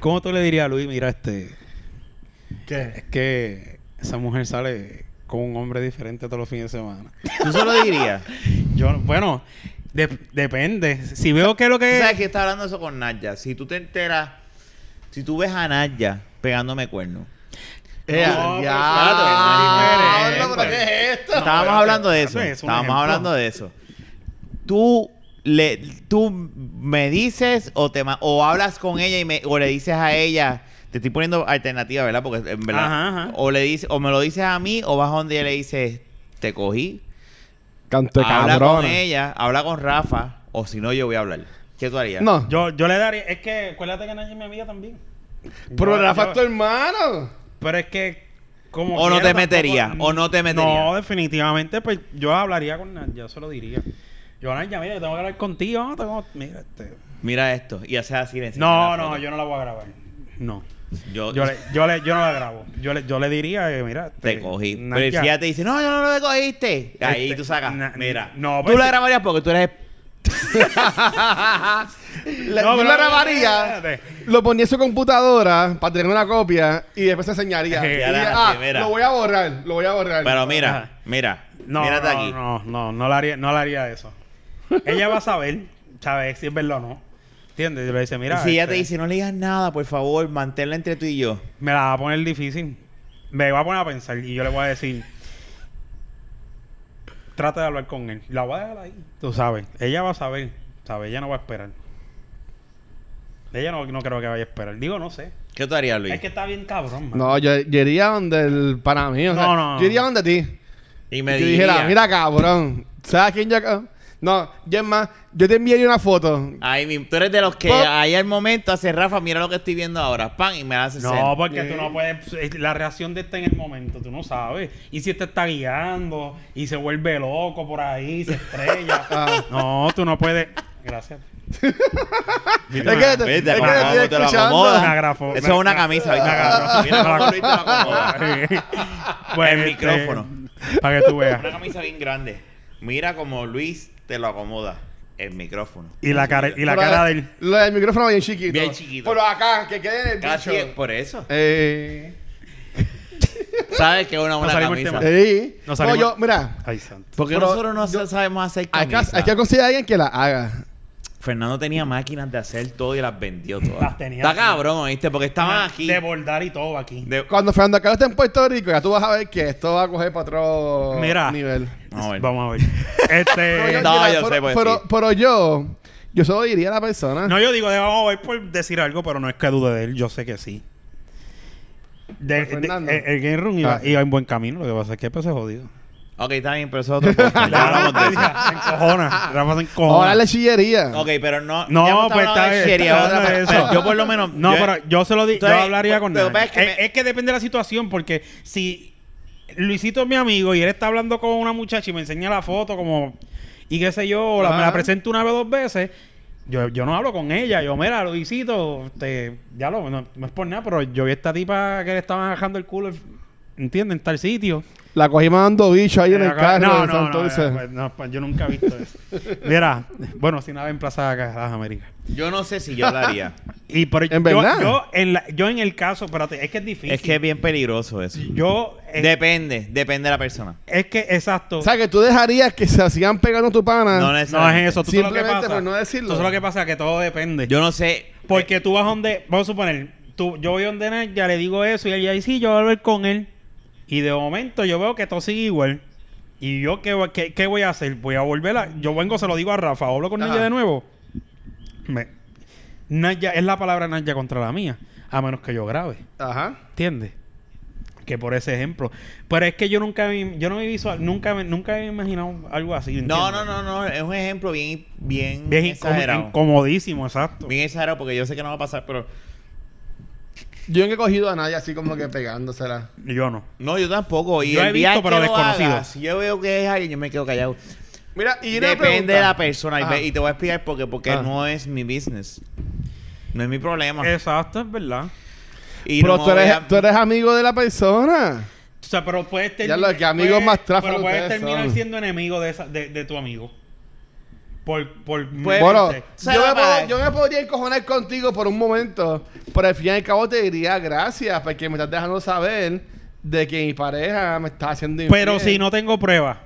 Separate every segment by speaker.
Speaker 1: ¿Cómo tú le dirías a Luis, mira, este, es
Speaker 2: ¿Qué?
Speaker 1: que esa mujer sale con un hombre diferente todos los fines de semana?
Speaker 3: Tú solo dirías.
Speaker 1: Yo, no- bueno, de- depende. Si veo que lo
Speaker 3: Tú
Speaker 1: que
Speaker 3: sabes que está hablando eso con Naya. Si tú te enteras, si tú ves a Naya pegándome cuerno.
Speaker 2: Eh,
Speaker 1: No, pues, pero
Speaker 2: ya.
Speaker 3: espérate, es diferente.
Speaker 2: Pablo, ¿pero ¿Qué es esto?
Speaker 3: Estábamos
Speaker 1: espérate.
Speaker 3: hablando de
Speaker 1: Eso
Speaker 3: eso.
Speaker 1: es un
Speaker 3: Estábamos
Speaker 1: ejemplo.
Speaker 3: hablando de eso. Tú le tú me dices o te ma- o hablas con ella y me, o le dices a ella te estoy poniendo alternativa, ¿verdad? Porque en verdad
Speaker 1: Ajá, ajá.
Speaker 3: o le dices o me lo dices a mí o vas donde ella le dices te cogí.
Speaker 4: Canto de
Speaker 3: habla
Speaker 4: cabrón.
Speaker 3: con ella, habla con Rafa o si no yo voy a hablar. ¿Qué tú harías?
Speaker 4: No.
Speaker 1: yo, yo le daría, es que acuérdate que Naya es mi amiga también.
Speaker 4: Pero
Speaker 1: Yo-
Speaker 4: Rafa
Speaker 1: yo-
Speaker 4: es tu hermano.
Speaker 1: Pero es que como
Speaker 3: O no
Speaker 1: quiera,
Speaker 3: te metería, o no te metería.
Speaker 1: No, definitivamente, pues yo hablaría con Nat, yo se lo diría. Yo, Naya, mira, yo tengo que hablar contigo. no tengo- Mira, este.
Speaker 3: Mira esto y haces así le enseñas
Speaker 1: No,
Speaker 3: la
Speaker 1: no,
Speaker 3: foto.
Speaker 1: yo no la voy a grabar. No.
Speaker 3: Yo-
Speaker 1: Yo le, yo le, yo no la grabo. Yo le, yo le diría, eh, mira,
Speaker 3: Te
Speaker 1: este,
Speaker 3: cogí.
Speaker 1: Nat,
Speaker 3: Pero
Speaker 1: ya.
Speaker 3: si ella te dice, no, yo no lo cogiste. Ahí
Speaker 1: Este,
Speaker 3: tú sacas.
Speaker 1: na-
Speaker 3: Mira.
Speaker 1: no,
Speaker 3: tú
Speaker 1: pues-
Speaker 3: la grabarías porque tú eres.
Speaker 4: Le,
Speaker 1: No,
Speaker 4: tú
Speaker 1: pero-
Speaker 4: le grabarías,
Speaker 1: espérate.
Speaker 4: lo ponía en su computadora para tener una copia y después se enseñaría.
Speaker 1: Ejé.
Speaker 4: Y
Speaker 3: Ya la
Speaker 4: ella,
Speaker 3: nací,
Speaker 4: ah,
Speaker 3: mira.
Speaker 4: lo voy a borrar, lo voy a borrar.
Speaker 3: Pero mira,
Speaker 1: Ajá.
Speaker 3: mira.
Speaker 1: No,
Speaker 3: mírate
Speaker 1: no,
Speaker 3: aquí.
Speaker 1: no, no, no le haría, no le haría eso. ella va a saber, ¿sabes? Si es verdad o no. ¿Entiendes? Yo le dice, mira.
Speaker 3: si ella
Speaker 1: este,
Speaker 3: te dice, no le digas nada, por favor, manténla entre tú y yo.
Speaker 1: Me la va a poner difícil. Me va a poner a pensar y yo le voy a decir. Trata de hablar con él. La voy a dejar ahí. Tú sabes. Ella va a saber. ¿Sabes? Ella no va a esperar. Ella no, no creo que vaya a esperar. Digo, no sé.
Speaker 3: ¿Qué tú harías, Luis?
Speaker 1: Es que está bien cabrón, man.
Speaker 4: No, yo, yo iría donde el pana mío. o sea,
Speaker 1: No, no.
Speaker 4: Yo iría donde ti.
Speaker 3: Y
Speaker 4: Y
Speaker 3: me
Speaker 4: te
Speaker 3: diría,
Speaker 4: dijera, mira cabrón, ¿sabes quién yo? acá-?" No, yo es más, yo te enviaría una foto.
Speaker 3: Ay, mi- tú eres de los que
Speaker 4: Pop.
Speaker 3: ahí al momento hace Rafa, mira lo que estoy viendo ahora. Pan, y me hace
Speaker 1: No, porque tú no puedes. pues, es- La reacción de este en el momento, tú no sabes. Y si este está guiando y se vuelve loco por ahí, se estrella. no, tú no puedes. Gracias.
Speaker 4: Es que te, es que te estoy escuchando.
Speaker 1: acomoda. Me agrafó.
Speaker 3: Eso
Speaker 1: Me-
Speaker 3: es una camisa, ¿viste?
Speaker 1: Me agrafó.
Speaker 3: Mira cómo Luis te lo acomoda.
Speaker 1: Pues,
Speaker 3: El
Speaker 1: este,
Speaker 3: micrófono.
Speaker 1: Para que tú veas.
Speaker 3: Una camisa bien grande. Mira como Luis te lo acomoda. El micrófono.
Speaker 1: Y la cara, y la
Speaker 4: Pero
Speaker 1: cara
Speaker 4: el-
Speaker 1: del.
Speaker 4: Lo del micrófono bien chiquito.
Speaker 3: Bien chiquito.
Speaker 4: Pero acá, que quede en el
Speaker 3: Casi
Speaker 4: bicho.
Speaker 3: por eso.
Speaker 4: Eh,
Speaker 3: Sabes que es una buena
Speaker 1: salimos
Speaker 3: camisa. Eh,
Speaker 1: del tema.
Speaker 4: eh.
Speaker 1: Nos
Speaker 4: no,
Speaker 1: salimos-
Speaker 4: yo, mira,
Speaker 1: Ay, santo.
Speaker 3: Porque
Speaker 4: Pero
Speaker 3: nosotros no sabemos hacer
Speaker 4: hay que,
Speaker 3: camisas.
Speaker 4: hay que conseguir a alguien que la haga.
Speaker 3: Fernando tenía máquinas de hacer todo y las vendió todas.
Speaker 1: Las tenía.
Speaker 3: Está cabrón, ¿oíste? Porque estaban aquí.
Speaker 1: De bordar y todo aquí.
Speaker 3: De-
Speaker 4: Cuando Fernando Carlos esté en Puerto Rico, ya tú vas a ver que esto va a coger para otro
Speaker 1: Mira.
Speaker 4: nivel.
Speaker 3: Vamos a ver.
Speaker 1: Vamos a ver. Este.
Speaker 3: Eh, No,
Speaker 4: mira,
Speaker 3: yo
Speaker 4: pero,
Speaker 3: sé, pues,
Speaker 4: pero,
Speaker 3: sí.
Speaker 4: pero yo, yo solo diría a la persona.
Speaker 1: No, yo digo, de vamos a ver por decir algo, pero no es que dude de él, yo sé que sí. De-
Speaker 4: Por Pues Fernando.
Speaker 1: de- el, el Game Room iba,
Speaker 4: Ah.
Speaker 1: iba en buen camino, lo que pasa es que pues, se jodido.
Speaker 3: Ok, está bien, pero eso es otro podcast. Ya hablamos de eso.
Speaker 1: Ya, se encojona, Rafa se encojona.
Speaker 4: Ahora la chillería.
Speaker 3: Ok, pero no.
Speaker 1: No,
Speaker 3: ya hemos
Speaker 1: pues,
Speaker 3: hablado
Speaker 1: está-
Speaker 3: de Sherry,
Speaker 1: está
Speaker 3: ahora-
Speaker 1: hablando de
Speaker 3: pero
Speaker 1: eso.
Speaker 3: Yo por lo menos.
Speaker 1: No,
Speaker 3: yo-
Speaker 1: pero yo se lo digo, yo
Speaker 3: Entonces,
Speaker 1: hablaría con
Speaker 3: pero
Speaker 1: nadie.
Speaker 3: es que
Speaker 1: es,
Speaker 3: me-
Speaker 1: es que depende de la situación, porque si Luisito es mi amigo y él está hablando con una muchacha y me enseña la foto como, y qué sé yo, o la- me la
Speaker 4: Ajá.
Speaker 1: presento una vez o dos veces, yo, yo no hablo con ella, yo, mira, Luisito, te, ya lo, no, no es por nada, pero yo vi a esta tipa que le estaban bajando el culo, ¿entienden? En tal sitio. Eh,
Speaker 4: La cogimos dando bicho ahí en el
Speaker 1: Acá-
Speaker 4: carro.
Speaker 1: no, no,
Speaker 4: en
Speaker 1: no,
Speaker 4: Santurce.
Speaker 1: pues, no, pues, yo nunca he visto eso. Mira, bueno, si nada en Plaza de las Américas.
Speaker 3: Yo no sé si yo lo haría.
Speaker 1: Y por,
Speaker 4: ¿En
Speaker 1: yo,
Speaker 4: verdad?
Speaker 1: Yo en, la- yo en el caso, espérate, es que es difícil.
Speaker 3: es que es bien peligroso eso.
Speaker 1: Yo. Es,
Speaker 3: Depende, depende de la persona.
Speaker 1: es que, exacto.
Speaker 4: O sea, que tú dejarías que se sigan pegando tu pana.
Speaker 3: No
Speaker 1: No es
Speaker 3: necesariamente.
Speaker 1: eso. Tú sabes lo que
Speaker 4: Simplemente
Speaker 1: pasa.
Speaker 4: por no decirlo.
Speaker 1: Tú sabes lo que pasa, que todo depende.
Speaker 3: Yo no sé.
Speaker 1: Porque tú vas donde. Vamos a suponer, tú, yo voy donde Naya, le digo eso y ella dice, sí, yo voy a hablar con él. Y de momento yo veo que todo sigue igual. ¿Y yo qué, voy- qué, qué voy a hacer? Voy a volver a. Yo vengo, se lo digo a Rafa, hablo con
Speaker 4: Ajá.
Speaker 1: Naya de nuevo. Me, Naya, es la palabra Naya contra la mía. A menos que yo grabe.
Speaker 4: Ajá.
Speaker 1: ¿Entiendes? Que por ese ejemplo. Pero es que yo nunca me- yo no me visual, nunca me, nunca me he imaginado algo así.
Speaker 3: No,
Speaker 1: ¿entiendes?
Speaker 3: no, no, no. Es un ejemplo bien, bien,
Speaker 1: Bien incom-
Speaker 3: exagerado.
Speaker 1: incomodísimo, exacto.
Speaker 3: Bien exagerado porque yo sé que no va a pasar, pero
Speaker 4: Yo no he cogido a nadie así como que pegándosela.
Speaker 1: Yo no.
Speaker 3: no, yo tampoco. Y
Speaker 1: Yo he
Speaker 3: el día
Speaker 1: visto,
Speaker 3: que
Speaker 1: pero
Speaker 3: lo haga,
Speaker 1: desconocido.
Speaker 3: si yo veo que es alguien, yo me quedo callado.
Speaker 4: Mira, y una
Speaker 3: Depende
Speaker 4: pregunta.
Speaker 3: de la persona. Y ve-
Speaker 4: Ajá.
Speaker 3: Y te voy a explicar por qué. Porque
Speaker 4: Ah.
Speaker 3: no es mi business. No es mi problema.
Speaker 1: Exacto, es verdad.
Speaker 3: y
Speaker 4: Pero
Speaker 3: no
Speaker 4: tú,
Speaker 3: me voy
Speaker 4: eres,
Speaker 3: a-
Speaker 4: tú eres amigo de la persona.
Speaker 1: O sea, pero puedes
Speaker 4: Ya lo que amigos
Speaker 1: puedes-
Speaker 4: más tráfalos
Speaker 1: Pero puedes
Speaker 4: ustedes
Speaker 1: terminar
Speaker 4: son.
Speaker 1: siendo enemigo de, esa, de, de tu amigo. Por, por
Speaker 3: Pues,
Speaker 4: Bueno,
Speaker 1: mente.
Speaker 3: Se
Speaker 4: yo
Speaker 3: la
Speaker 4: me,
Speaker 3: pagué.
Speaker 4: puedo- yo me podría encojonar contigo por un momento, pero al fin y al cabo te diría gracias porque me estás dejando saber de que mi pareja me está haciendo infiel.
Speaker 1: Pero si no tengo pruebas,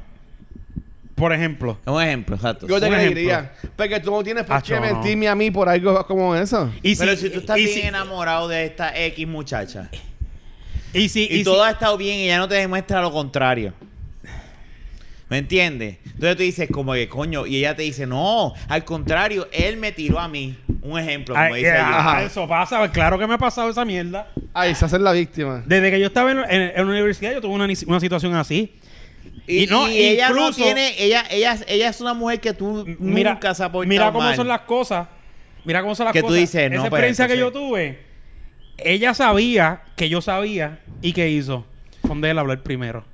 Speaker 1: por ejemplo,
Speaker 3: Un ejemplo, exacto.
Speaker 4: Yo te
Speaker 1: Un ejemplo.
Speaker 4: creería. Porque tú no tienes por
Speaker 1: Acho,
Speaker 4: qué
Speaker 1: no.
Speaker 4: mentirme a mí por algo como eso.
Speaker 1: y
Speaker 3: Pero si tú estás
Speaker 1: y
Speaker 3: bien
Speaker 1: si-
Speaker 3: enamorado de esta X muchacha
Speaker 1: y si,
Speaker 3: y,
Speaker 1: y
Speaker 3: todo
Speaker 1: si-
Speaker 3: ha estado bien y ella no te demuestra lo contrario. ¿Me entiendes? Entonces tú dices, como que coño, y ella te dice, no, al contrario, él me tiró a mí. Un ejemplo, como
Speaker 1: Ay,
Speaker 3: dice
Speaker 1: eh,
Speaker 3: ella.
Speaker 1: ajá, eso pasa, claro que me ha pasado esa mierda.
Speaker 4: Ahí se hace la víctima.
Speaker 1: Desde que yo estaba en, en- en la universidad, yo tuve una, ni- una situación así.
Speaker 3: Y,
Speaker 1: Y no,
Speaker 3: y ella no
Speaker 1: incluso-
Speaker 3: tiene, ella, ella, ella es una mujer que tú
Speaker 1: mira,
Speaker 3: nunca has aportado
Speaker 1: mira cómo
Speaker 3: mal.
Speaker 1: son las cosas. Mira cómo son las
Speaker 3: Que tú
Speaker 1: cosas.
Speaker 3: dices, no,
Speaker 1: Esa
Speaker 3: pero
Speaker 1: experiencia que yo
Speaker 3: entonces-
Speaker 1: tuve, ella sabía que yo sabía y que hizo. Fonde él a hablar primero.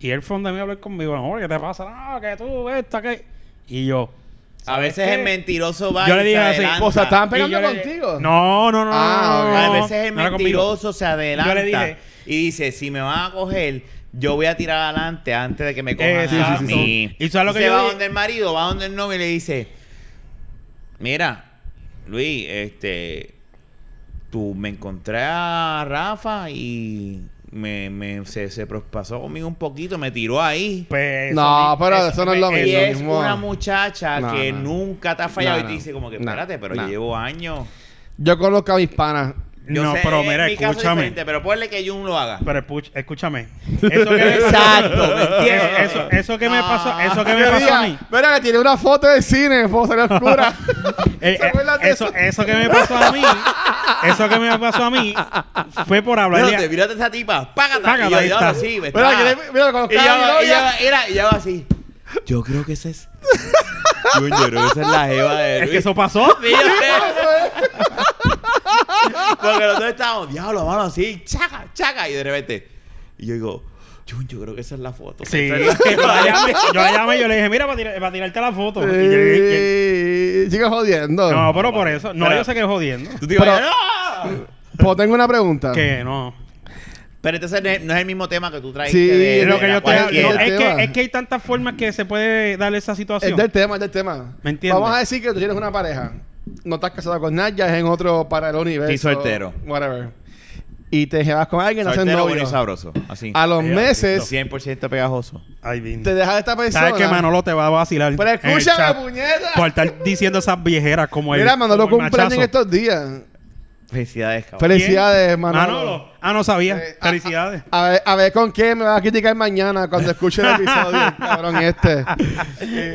Speaker 1: Y él fue donde mí a hablar conmigo. No, ¿qué te pasa? No, que tú, esta, que. Y yo.
Speaker 3: A
Speaker 1: ¿sabes
Speaker 3: veces
Speaker 1: qué?
Speaker 3: el mentiroso va
Speaker 1: Yo
Speaker 3: y
Speaker 1: le dije
Speaker 3: se
Speaker 1: así,
Speaker 3: adelanta.
Speaker 4: O sea, estaban
Speaker 1: Y yo
Speaker 4: pegando
Speaker 1: le-
Speaker 4: contigo.
Speaker 1: No, no, no.
Speaker 4: Ah,
Speaker 1: no,
Speaker 4: ok.
Speaker 1: no,
Speaker 3: A
Speaker 1: no,
Speaker 3: veces el
Speaker 1: no era conmigo.
Speaker 3: mentiroso se adelanta
Speaker 1: Yo le dije-
Speaker 3: y dice, si me van a coger, yo voy a tirar adelante antes de que me cojan a
Speaker 1: Exacto.
Speaker 3: mí.
Speaker 1: Y sabes lo que
Speaker 3: se
Speaker 1: yo
Speaker 3: va
Speaker 1: dije-
Speaker 3: donde el marido, va donde el novio y le dice, mira, Luis, este, tú me encontré a Rafa y me, me- se, se pasó conmigo un poquito, me tiró ahí.
Speaker 1: Pues, eso a
Speaker 4: No,
Speaker 1: mí-
Speaker 4: pero eso no es lo
Speaker 1: me-
Speaker 4: mismo.
Speaker 3: Y
Speaker 4: lo
Speaker 3: es una muchacha
Speaker 4: No,
Speaker 3: que
Speaker 4: no.
Speaker 3: nunca te ha fallado
Speaker 4: No,
Speaker 3: y te
Speaker 4: no.
Speaker 3: dice como que
Speaker 4: No,
Speaker 3: espérate, pero
Speaker 4: no.
Speaker 3: llevo años.
Speaker 4: Yo conozco a mis panas.
Speaker 3: Yo
Speaker 1: no,
Speaker 3: sé,
Speaker 1: pero
Speaker 3: en
Speaker 1: mira,
Speaker 3: mi caso es
Speaker 1: escúchame.
Speaker 3: diferente, pero ponle que Jun lo haga.
Speaker 1: Pero espuch- escúchame. Eso que me-
Speaker 3: Exacto, ¿me entiendes?
Speaker 1: Eso, eso- eso que me pasó, eso que me
Speaker 4: Que
Speaker 1: pasó
Speaker 4: diga,
Speaker 1: a mí.
Speaker 4: Mira que tiene una foto de cine, foto de oscura.
Speaker 1: Eh,
Speaker 4: ¿Se
Speaker 1: eh,
Speaker 4: acuerdan de
Speaker 1: eso, eso que me pasó a mí, eso que me pasó a mí fue por hablarle.
Speaker 3: Mírate,
Speaker 1: a-
Speaker 3: mírate esa tipa. Págata.
Speaker 1: Págata,
Speaker 3: y yo
Speaker 1: ahí
Speaker 3: yo hago
Speaker 1: está.
Speaker 3: así, me
Speaker 4: Mira,
Speaker 3: está-
Speaker 4: que le- mira, cuando
Speaker 3: y yo,
Speaker 4: estaba mi
Speaker 3: y yo-
Speaker 4: novia.
Speaker 3: era- y yo hago así. Yo creo que esa es. Jun, yo creo que esa es la jeva de
Speaker 1: Es
Speaker 3: Luis.
Speaker 1: que eso pasó.
Speaker 3: Fíjate. Porque nosotros estábamos, diablo, mano, así, chaca, chaca. Y de repente, y yo digo, Jun, yo creo que esa es la foto.
Speaker 1: Sí.
Speaker 3: Esa
Speaker 1: Yo
Speaker 3: es la jeva
Speaker 1: la
Speaker 3: de-
Speaker 1: llamé, yo la llamé y yo le dije, mira, para, tirar- para tirarte la foto. Y yo- y-
Speaker 4: Eh, Sigue jodiendo.
Speaker 1: y- no, pero por eso. No,
Speaker 3: Pero-
Speaker 1: yo sé que es jodiendo.
Speaker 3: Tú te ibas,
Speaker 4: Pero-
Speaker 3: ¡No!
Speaker 4: Pues tengo una pregunta.
Speaker 1: Que no.
Speaker 3: Pero entonces no es- no es el mismo tema que tú traes.
Speaker 4: Sí,
Speaker 1: Es
Speaker 4: es
Speaker 1: lo que
Speaker 4: de
Speaker 1: yo
Speaker 4: la
Speaker 1: te
Speaker 4: cualquiera.
Speaker 1: no, es,
Speaker 4: Tema.
Speaker 1: que, es que hay tantas formas que se puede dar esa
Speaker 4: Es
Speaker 1: situación.
Speaker 4: del tema, es del tema.
Speaker 1: ¿Me entiendes?
Speaker 4: Vamos a decir que tú tienes una pareja. No estás casado con nadie, es en otro para el universo.
Speaker 3: Sí, soltero.
Speaker 4: Whatever. Y te llevas con alguien, haces
Speaker 3: Soltero, bueno y
Speaker 4: novio.
Speaker 3: sabroso. Así.
Speaker 4: A los meses
Speaker 3: 100% pegajoso.
Speaker 1: Ay, bien.
Speaker 4: te dejas de esta persona.
Speaker 1: Sabes que Manolo te va a vacilar.
Speaker 4: Pero
Speaker 1: en el
Speaker 4: escúchame,
Speaker 1: chat
Speaker 4: puñeta.
Speaker 1: Por estar diciendo esas viejeras como él.
Speaker 4: Mira, Manolo cumpleaños en estos días.
Speaker 3: Felicidades, cabrón.
Speaker 4: Felicidades, Manolo.
Speaker 1: Manolo. Ah, no sabía.
Speaker 4: Eh, ah,
Speaker 1: Felicidades.
Speaker 4: A ver, a ver con quién me vas a criticar mañana cuando escuche el episodio, el cabrón este.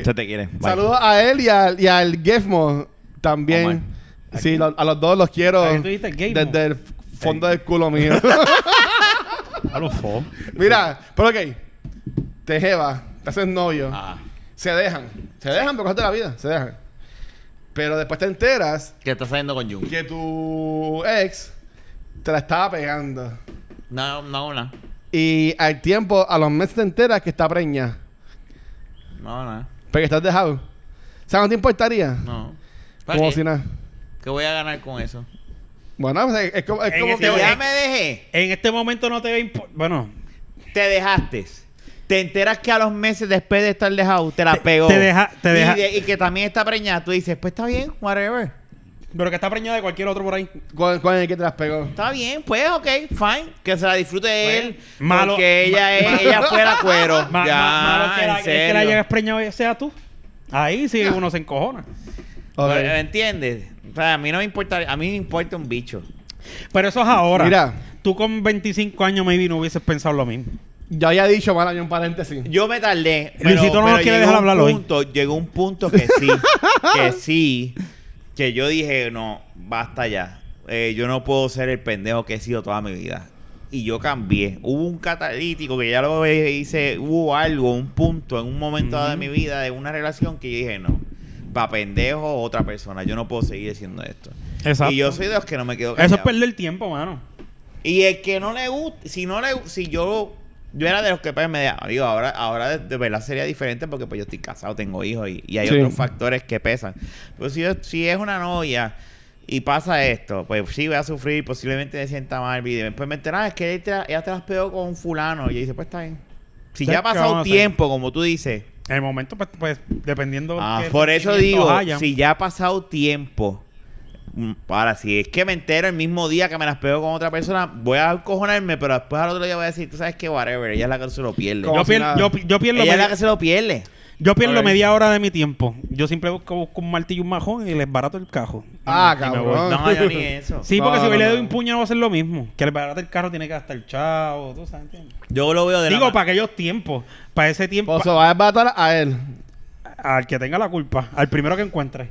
Speaker 3: Se te quiere. Bye.
Speaker 4: Saludos a él y al, y al Gefmo
Speaker 3: Oh,
Speaker 4: también. sí, lo- a los dos los quiero
Speaker 1: ¿A qué tú dijiste, Gefmo?
Speaker 4: desde el f- fondo del culo mío.
Speaker 1: A los fo.
Speaker 4: Mira, pero ok. Te jeva, te haces novio.
Speaker 3: Ah,
Speaker 4: Se dejan. Se dejan por cosas de la vida. Se dejan. Pero después te enteras
Speaker 3: que estás saliendo con Jun.
Speaker 4: que tu ex te la estaba pegando.
Speaker 3: No, no, no.
Speaker 4: Y al tiempo, a los meses te enteras que está preña.
Speaker 3: No, no.
Speaker 4: Porque estás dejado. O sea, no te importaría.
Speaker 3: no. ¿Para
Speaker 4: Como
Speaker 3: qué?
Speaker 4: si nada.
Speaker 3: ¿Qué voy a ganar con eso?
Speaker 4: Bueno, pues, es, es como, es
Speaker 1: En
Speaker 4: como
Speaker 1: ese
Speaker 3: Si
Speaker 4: que.
Speaker 3: ya me dejé,
Speaker 1: En este momento no te ve impo- Bueno,
Speaker 3: te dejaste. Te enteras que a los meses después de estar dejado, te la pegó.
Speaker 1: te deja- te
Speaker 3: Y
Speaker 1: deja-
Speaker 3: de- Y, que también está preñada. Tú dices, pues está bien, whatever.
Speaker 1: pero que está preñada de cualquier otro por ahí.
Speaker 4: Con, con el que te las pegó.
Speaker 3: Está bien, pues, ok, fine. Que se la disfrute él.
Speaker 1: Pues, malo-
Speaker 3: Porque ella,
Speaker 1: ma-
Speaker 3: es, ella fuera cuero.
Speaker 1: Ma-
Speaker 3: ya,
Speaker 1: ma- malo que la,
Speaker 3: en
Speaker 1: el que la
Speaker 3: serio.
Speaker 1: llegues preñada ya sea tú. Ahí sí uno se encojona.
Speaker 4: Ok.
Speaker 3: Pero, ¿Me entiendes? O sea, a mí no me importa, a mí me importa un bicho.
Speaker 1: Pero eso es ahora.
Speaker 4: Mira.
Speaker 1: Tú con 25 años maybe no hubieses pensado lo mismo.
Speaker 4: Yo había dicho, bueno, hay un paréntesis.
Speaker 3: Yo me tardé.
Speaker 1: Luisito no nos quiere
Speaker 3: llegó
Speaker 1: dejar
Speaker 3: un
Speaker 1: hablar hoy.
Speaker 3: punto- Llegó un punto que sí, que sí, que yo dije, no, basta ya. Eh, yo no puedo ser el pendejo que he sido toda mi vida. Y yo cambié. Hubo un catalítico que ya lo hice, hubo algo, un punto en un momento dado de mi vida, de una relación que yo dije, no, pa' pendejo otra persona. Yo no puedo seguir haciendo esto.
Speaker 1: Exacto.
Speaker 3: Y yo soy de los que no me quedo
Speaker 1: Eso
Speaker 3: callado.
Speaker 1: es perder tiempo, mano.
Speaker 3: Y el que no le gusta, si no le si yo yo era de los que pues, me decía, digo, ahora, ahora de, de verdad sería diferente porque pues yo estoy casado, tengo hijos y, y hay
Speaker 4: Sí.
Speaker 3: otros factores que pesan. Pero si, yo- si es una novia y pasa esto, pues sí voy a sufrir, posiblemente me sienta mal. Y después me enteré, ah, es que ella te, ella te las pegó con fulano. Y yo dice, pues está bien. Si
Speaker 1: Sí,
Speaker 3: ya
Speaker 1: ¿qué
Speaker 3: ha
Speaker 1: vamos
Speaker 3: pasado
Speaker 1: a hacer?
Speaker 3: tiempo, como tú dices,
Speaker 1: En el momento, pues, pues, dependiendo.
Speaker 3: Ah,
Speaker 1: qué
Speaker 3: por eso
Speaker 1: sentimientos
Speaker 3: digo,
Speaker 1: haya.
Speaker 3: si ya ha pasado tiempo, mm, ahora si es que me entero el mismo día que me las pego con otra persona, voy a cojonarme, pero después al otro día voy a decir, tú sabes que whatever, ella es la que se lo pierde.
Speaker 4: Como
Speaker 1: Yo,
Speaker 4: si
Speaker 1: pier-
Speaker 4: nada.
Speaker 1: yo, pi- yo pierdo,
Speaker 3: ella es la
Speaker 1: media,
Speaker 3: que se lo pierde.
Speaker 1: yo pierdo
Speaker 4: Ok.
Speaker 1: media hora de mi tiempo. Yo siempre busco, busco un martillo y un majón y les barato el cajo. Y
Speaker 4: Ah,
Speaker 1: me- y me
Speaker 4: cabrón.
Speaker 1: voy.
Speaker 3: No, yo ni eso.
Speaker 1: Sí, porque
Speaker 4: No,
Speaker 1: si
Speaker 4: no,
Speaker 1: le
Speaker 4: no.
Speaker 1: doy un puño no va a ser lo mismo. Que el barato el carro tiene que gastar chavo, tú sabes, ¿entiendes?
Speaker 3: Yo lo veo de la
Speaker 1: Digo,
Speaker 3: ma-
Speaker 1: para aquellos tiempos, para ese tiempo,
Speaker 4: Pues se va a matar a él.
Speaker 1: al que tenga la culpa, al primero que encuentre.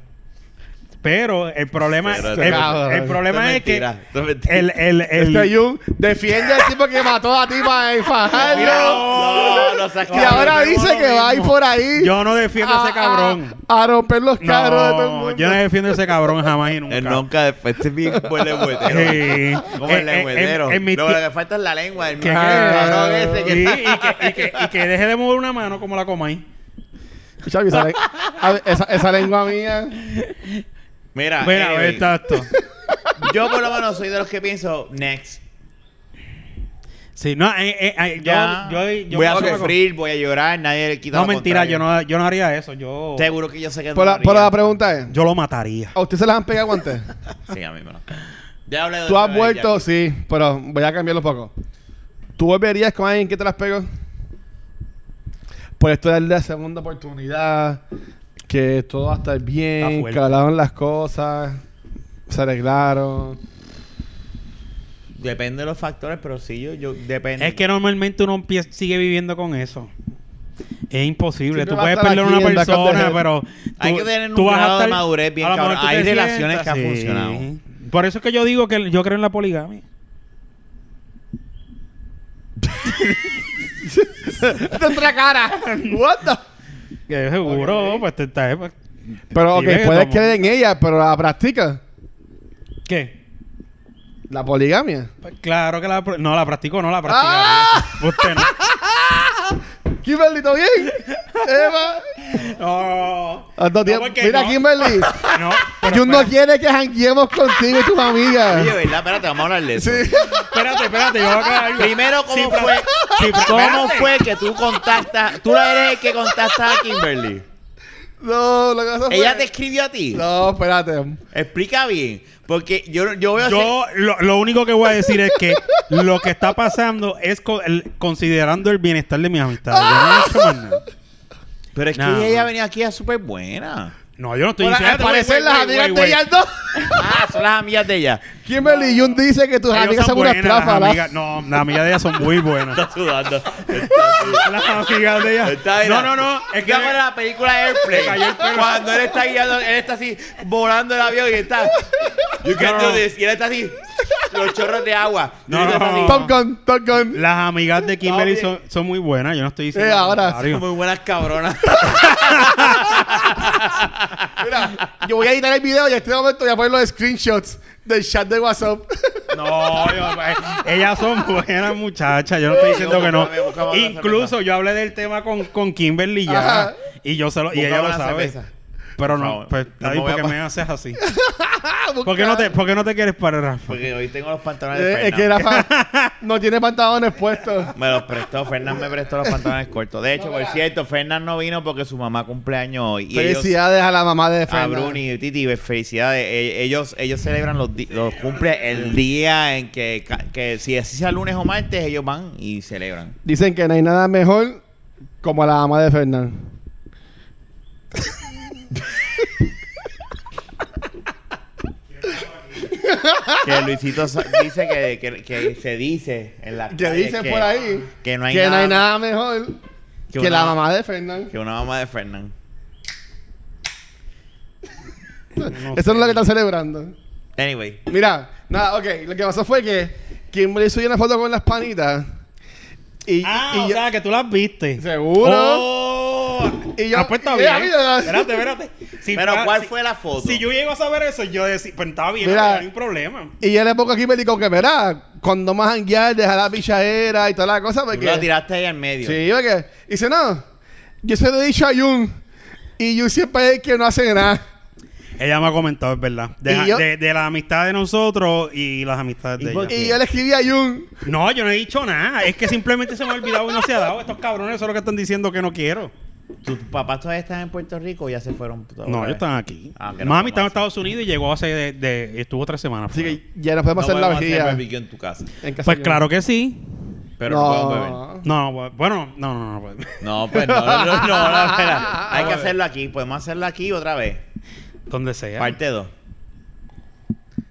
Speaker 1: Pero el problema,
Speaker 3: Pero
Speaker 1: el,
Speaker 3: este
Speaker 1: el
Speaker 4: cabrón, este
Speaker 1: problema es que
Speaker 3: mentira, esto es mentira.
Speaker 1: el, el, el-
Speaker 4: Este Jun defiende al tipo que mató a ti para enfajarlo.
Speaker 3: No, no seas
Speaker 4: Y ahora
Speaker 3: cabrón.
Speaker 4: dice que va a ir por ahí.
Speaker 1: yo no defiendo a ese cabrón.
Speaker 4: A, a romper los carros de todo el
Speaker 1: No,
Speaker 4: este mundo.
Speaker 1: yo no defiendo a ese cabrón jamás y nunca.
Speaker 3: Él nunca, este es mi huele huetero.
Speaker 1: Sí.
Speaker 3: Como el
Speaker 1: Eh, eh,
Speaker 3: lengüetero.
Speaker 1: en- en mi
Speaker 3: Lo
Speaker 1: tie-
Speaker 3: que falta es la lengua. El
Speaker 1: ¿Qué?
Speaker 4: Ah,
Speaker 3: cabrón ese que
Speaker 1: Sí, y, que, y que- y que deje de mover una mano como la comáis.
Speaker 4: Chavi, esa, le- a ver, esa- esa lengua mía.
Speaker 3: Mira, eh,
Speaker 1: Mira,
Speaker 3: anyway,
Speaker 1: exacto.
Speaker 3: yo por lo menos soy de los que pienso, next.
Speaker 1: Sí, no, eh, eh, eh, yo,
Speaker 3: Ya.
Speaker 1: yo, yo-
Speaker 3: voy a
Speaker 1: yo-
Speaker 3: sufrir, voy a llorar, nadie le quita
Speaker 1: No,
Speaker 3: lo
Speaker 1: mentira,
Speaker 3: contrario.
Speaker 1: yo no, yo no haría eso. Yo,
Speaker 3: Seguro que yo sé que
Speaker 4: Por
Speaker 3: no
Speaker 4: la,
Speaker 3: lo
Speaker 4: por la
Speaker 3: haría.
Speaker 4: pregunta es:
Speaker 1: yo lo mataría.
Speaker 4: ¿A usted se las han pegado antes?
Speaker 3: Sí, a mí me lo... Ya hablé de
Speaker 4: Tú has
Speaker 3: ya-
Speaker 4: vuelto, sí, pero voy a cambiarlo un poco. ¿Tú volverías con alguien que te las pegó? Por esto es la segunda oportunidad, que todo va a estar
Speaker 1: Está
Speaker 4: bien,
Speaker 1: fuerte.
Speaker 4: que hablaron las cosas, se arreglaron.
Speaker 3: Depende de los factores, pero sí, yo... yo depende.
Speaker 1: Es que normalmente uno empie- sigue viviendo con eso. Es imposible.
Speaker 4: Siempre
Speaker 1: tú
Speaker 4: va a
Speaker 1: puedes
Speaker 4: estar
Speaker 1: perder a
Speaker 4: aquí
Speaker 1: una
Speaker 4: en back of the
Speaker 1: persona,
Speaker 4: head.
Speaker 1: pero.
Speaker 3: Hay
Speaker 1: tú-
Speaker 3: que tener un
Speaker 1: tú vas a
Speaker 3: grado de
Speaker 1: estar-
Speaker 3: madurez bien
Speaker 1: a lo mejor
Speaker 3: cabrón.
Speaker 1: tú
Speaker 3: Hay
Speaker 1: te
Speaker 3: relaciones que han
Speaker 1: sientas,
Speaker 3: funcionado.
Speaker 1: Por eso es que yo digo que el- yo creo en la poligamia.
Speaker 4: ¡Otra cara! What the-
Speaker 1: Que seguro, pues te estás. pues,
Speaker 4: Pero ok,
Speaker 1: Y ve que
Speaker 4: puedes
Speaker 1: tomo.
Speaker 4: creer en ella, pero la practica.
Speaker 1: ¿Qué?
Speaker 4: La poligamia.
Speaker 1: Pues claro que la. pro- No, la practico, no la
Speaker 4: ¡Ah!
Speaker 1: practico. Usted no.
Speaker 4: Kimberly, ¿todo bien? Eva.
Speaker 1: No.
Speaker 4: Ah, no, tío,
Speaker 1: No, porque
Speaker 4: Mira,
Speaker 1: no.
Speaker 4: Kimberly.
Speaker 1: No. pero
Speaker 4: Jun no
Speaker 1: espérate.
Speaker 4: quiere que janguemos contigo y tus amigas.
Speaker 3: Oye, ¿verdad? Espérate, vamos a hablar de eso.
Speaker 1: Espérate, espérate, yo voy a aclarar algo.
Speaker 3: Primero, ¿cómo
Speaker 1: Sí, pero-
Speaker 3: fue?
Speaker 1: sí, pero
Speaker 3: ¿Cómo
Speaker 1: espérate.
Speaker 3: fue que tú contactas? Tú eres el que contactas a Kimberly.
Speaker 4: No, lo que pasa fue-
Speaker 3: Ella te escribió a ti.
Speaker 4: No, espérate.
Speaker 3: Explica bien. Porque yo, yo veo
Speaker 1: Yo lo, lo único que voy a decir es que lo que está pasando es co- el- considerando el bienestar de mis amistades. Yo no, he hecho más nada.
Speaker 3: así- Pero es que
Speaker 1: No.
Speaker 3: ella venía aquí a súper buena.
Speaker 1: No, yo no estoy
Speaker 4: Por
Speaker 1: diciendo.
Speaker 4: al parecer las amigas de ellas dos.
Speaker 3: Ah, son las amigas de ella.
Speaker 4: Kimberly Jun dice que tus amigas son unas ¿ah? tráfalas.
Speaker 1: No, las amigas de ellas son muy buenas.
Speaker 3: Está sudando.
Speaker 1: las amigas de ellas.
Speaker 3: Está, mira,
Speaker 1: no, no, no. Es que.
Speaker 3: Estamos en la película Airplane.
Speaker 1: cayó el pelo.
Speaker 3: Cuando él está guiando, él está así, volando el avión y está. You can
Speaker 1: No, no.
Speaker 3: do this. Y él está así, los chorros de agua. Y
Speaker 1: No,
Speaker 3: él está
Speaker 1: no,
Speaker 3: así.
Speaker 4: Top Gun, Top Gun.
Speaker 1: Las amigas de Kimberly
Speaker 3: Está
Speaker 1: son, son muy buenas. Yo no estoy diciendo.
Speaker 4: Eh,
Speaker 1: lo
Speaker 4: ahora
Speaker 1: contrario.
Speaker 3: Muy buenas cabronas.
Speaker 4: Mira, yo voy a editar el video y en este momento voy a poner los screenshots del chat de WhatsApp.
Speaker 1: No, yo-
Speaker 3: pues,
Speaker 1: eh, ellas son buenas muchachas, yo no estoy diciendo que no.
Speaker 3: Búscame, búscame una
Speaker 1: Incluso yo hablé del tema con, con Kimberly ya
Speaker 4: Ajá.
Speaker 1: y yo se lo, y
Speaker 3: Búscame
Speaker 1: ella lo
Speaker 3: una
Speaker 1: sabe.
Speaker 3: cerveza.
Speaker 1: Pero
Speaker 3: Por
Speaker 1: no,
Speaker 3: favor,
Speaker 1: pues,
Speaker 3: no
Speaker 1: David,
Speaker 3: me voy
Speaker 1: ¿por
Speaker 3: a
Speaker 1: qué
Speaker 3: pa-
Speaker 1: me haces así? ¿Por qué no te, por qué no te quieres parar, Rafa?
Speaker 3: Porque hoy tengo los pantalones de
Speaker 4: Eh, es que
Speaker 3: Fernan.
Speaker 4: Rafa no tiene pantalones puestos.
Speaker 3: Me los prestó, Fernán me prestó los pantalones cortos. De hecho, por cierto, Fernán no vino porque su mamá cumpleaños hoy. Y ellos-
Speaker 4: Felicidades a la mamá de
Speaker 3: a
Speaker 4: Fernando.
Speaker 3: Bruni y Titi, pues, felicidades. E- Ellos, ellos celebran los, di- los cumple el día en que, ca- que si así sea lunes o martes, ellos van y celebran.
Speaker 4: Dicen que no hay nada mejor como la mamá de Fernando.
Speaker 3: Que Luisito sa- dice que, que- que se dice en la
Speaker 4: Que
Speaker 3: calle
Speaker 4: dicen por ahí
Speaker 3: que no hay,
Speaker 4: que
Speaker 3: nada,
Speaker 4: no hay nada mejor que,
Speaker 3: que una-
Speaker 4: la mamá de Fernando.
Speaker 3: que una mamá de Fernán.
Speaker 1: No
Speaker 4: Eso es lo que están celebrando.
Speaker 3: Anyway,
Speaker 4: Mira, nada, ok. Lo que pasó fue que Kimberly subió una foto con las panitas. Y,
Speaker 1: Ah,
Speaker 4: y
Speaker 1: o
Speaker 4: yo-
Speaker 1: sea, que tú las viste.
Speaker 4: Seguro.
Speaker 1: Oh,
Speaker 4: Y yo-
Speaker 1: ah, pues está
Speaker 4: Mira,
Speaker 1: bien.
Speaker 4: mira.
Speaker 1: Espérate, espérate. Si
Speaker 3: pero
Speaker 1: fuera-
Speaker 3: ¿cuál
Speaker 1: si-
Speaker 3: fue la foto?
Speaker 1: Si yo llego a saber eso, yo decía, pues está bien,
Speaker 4: Mira.
Speaker 1: no hay un problema.
Speaker 4: y yo le pongo a Kimberly con que, verá, cuando más janguear, dejar la pichadera y toda la cosa.
Speaker 3: Tú
Speaker 4: Porque,
Speaker 3: la tiraste ahí en medio.
Speaker 4: sí, porque. y dice, no, yo se lo he dicho a Jun. Y Jun siempre es el que no hace nada.
Speaker 1: Ella me ha comentado, es verdad.
Speaker 4: ¿Y
Speaker 1: De,
Speaker 4: yo?
Speaker 1: de, de la amistad de nosotros y las amistades de
Speaker 3: por
Speaker 1: ella.
Speaker 4: Y yo le escribí a Jun.
Speaker 1: No, yo no he dicho nada. Es que simplemente se me ha olvidado y no se ha dado. Estos cabrones son los que están diciendo que no quiero.
Speaker 3: ¿Tus papás todavía están en Puerto Rico o ya se fueron? todos?
Speaker 1: No, ellos están aquí.
Speaker 3: Ah, que no
Speaker 1: Mami está en
Speaker 3: podemos hacer.
Speaker 1: Estados Unidos y llegó hace. De, de- estuvo tres semanas.
Speaker 4: Así
Speaker 1: fuera.
Speaker 4: que ya nos podemos
Speaker 3: No
Speaker 4: hacer la
Speaker 3: podemos hacer
Speaker 4: vejilla.
Speaker 3: barbecue en tu casa.
Speaker 4: en casa
Speaker 1: pues
Speaker 4: de-
Speaker 1: claro que sí.
Speaker 3: Pero no, podemos beber.
Speaker 4: No.
Speaker 1: No, no, bueno, no, no, no. no.
Speaker 3: No, pues no, no, no, no, no, espera. Hay que hacerlo aquí. Podemos hacerlo aquí otra vez.
Speaker 1: Donde sea.
Speaker 3: Parte 2.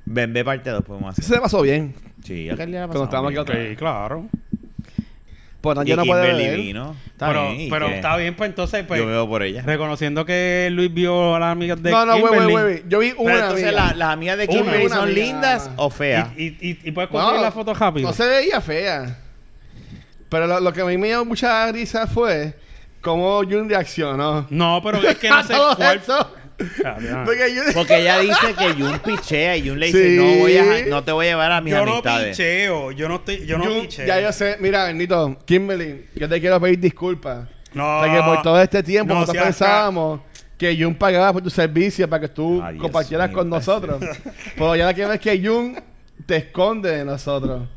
Speaker 3: Ven, ve parte 2 podemos
Speaker 4: Eso
Speaker 3: hacer.
Speaker 4: se pasó bien.
Speaker 3: Sí, aquel día la
Speaker 4: Cuando
Speaker 3: pasamos
Speaker 4: estábamos aquí
Speaker 3: bien.
Speaker 4: otra vez.
Speaker 1: Sí, claro.
Speaker 4: Pues no,
Speaker 3: Ah. Y
Speaker 4: yo no puedo
Speaker 3: Kimberly
Speaker 4: beber.
Speaker 3: vino. Está
Speaker 1: pero
Speaker 3: bien. ¿y
Speaker 1: pero
Speaker 3: qué?
Speaker 1: está bien, pues entonces, pues.
Speaker 3: Yo veo por ella.
Speaker 1: Reconociendo que Luis vio a las amigas de
Speaker 4: No, no, güey,
Speaker 1: Kimberly,
Speaker 4: güey, güey. Yo vi una.
Speaker 3: Pero entonces,
Speaker 4: amiga.
Speaker 3: la- ¿las amigas de
Speaker 1: Una,
Speaker 3: Kimberly
Speaker 4: una
Speaker 3: son
Speaker 4: amiga
Speaker 3: lindas
Speaker 4: nada más.
Speaker 3: o feas?
Speaker 1: Y, y, y, y puedes
Speaker 4: No,
Speaker 1: conseguir la foto rápido.
Speaker 4: No se veía fea. Pero lo, lo que a mí me dio mucha risa fue cómo Jun reaccionó.
Speaker 1: No, pero es que no sé
Speaker 4: Todo
Speaker 1: cuál.
Speaker 4: eso.
Speaker 1: Ah, ya.
Speaker 4: Porque Jun-
Speaker 3: Porque ella dice que Jun pichea y Jun le dice,
Speaker 4: Sí.
Speaker 3: no, voy a, no te voy a llevar a mis
Speaker 1: Yo no
Speaker 3: amistades.
Speaker 1: picheo, yo no estoy, yo no
Speaker 4: Jun-
Speaker 1: picheo.
Speaker 4: ya yo sé, mira, Benito, Kimberly, yo te quiero pedir disculpas.
Speaker 1: No.
Speaker 4: Porque por todo este tiempo
Speaker 1: No
Speaker 4: nosotros
Speaker 1: seas ca-
Speaker 4: pensábamos que Jun pagaba por tus servicios para que tú
Speaker 3: Ay, Dios
Speaker 4: compartieras
Speaker 3: mío,
Speaker 4: con
Speaker 3: gracias.
Speaker 4: nosotros. Pero ya la que ves que Jun te esconde de nosotros.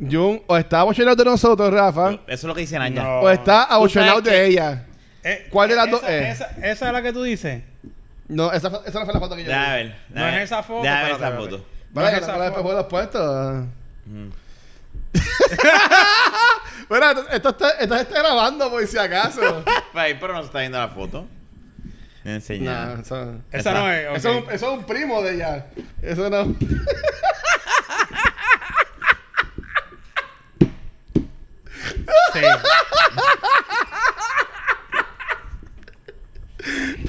Speaker 4: Jun o está abochonado de nosotros, Rafa,
Speaker 3: Eso es lo que dicen allá.
Speaker 1: No.
Speaker 4: o está abochonado
Speaker 3: sabes que-
Speaker 4: de ella.
Speaker 1: Eh,
Speaker 4: ¿Cuál de las
Speaker 1: esa-
Speaker 4: dos es?
Speaker 1: Esa, esa es la que tú dices.
Speaker 4: No, esa, fue- esa no fue la foto que yo vi.
Speaker 3: Déjame ver.
Speaker 1: No
Speaker 3: déjame-
Speaker 1: es esa foto,
Speaker 3: Déjame ver esa
Speaker 1: espérate,
Speaker 3: foto.
Speaker 4: Bueno,
Speaker 1: No
Speaker 4: que
Speaker 1: es
Speaker 4: no
Speaker 1: esa Mm.
Speaker 4: me la después
Speaker 1: foto.
Speaker 4: los puestos. Bueno, esto, esto está, esto se está grabando por si acaso.
Speaker 3: Para ahí, pero no se está viendo la foto. Enseñar.
Speaker 4: no, eso,
Speaker 1: Esa no es. ok.
Speaker 4: eso es un, eso es un primo de ella. Eso no.
Speaker 1: Sí.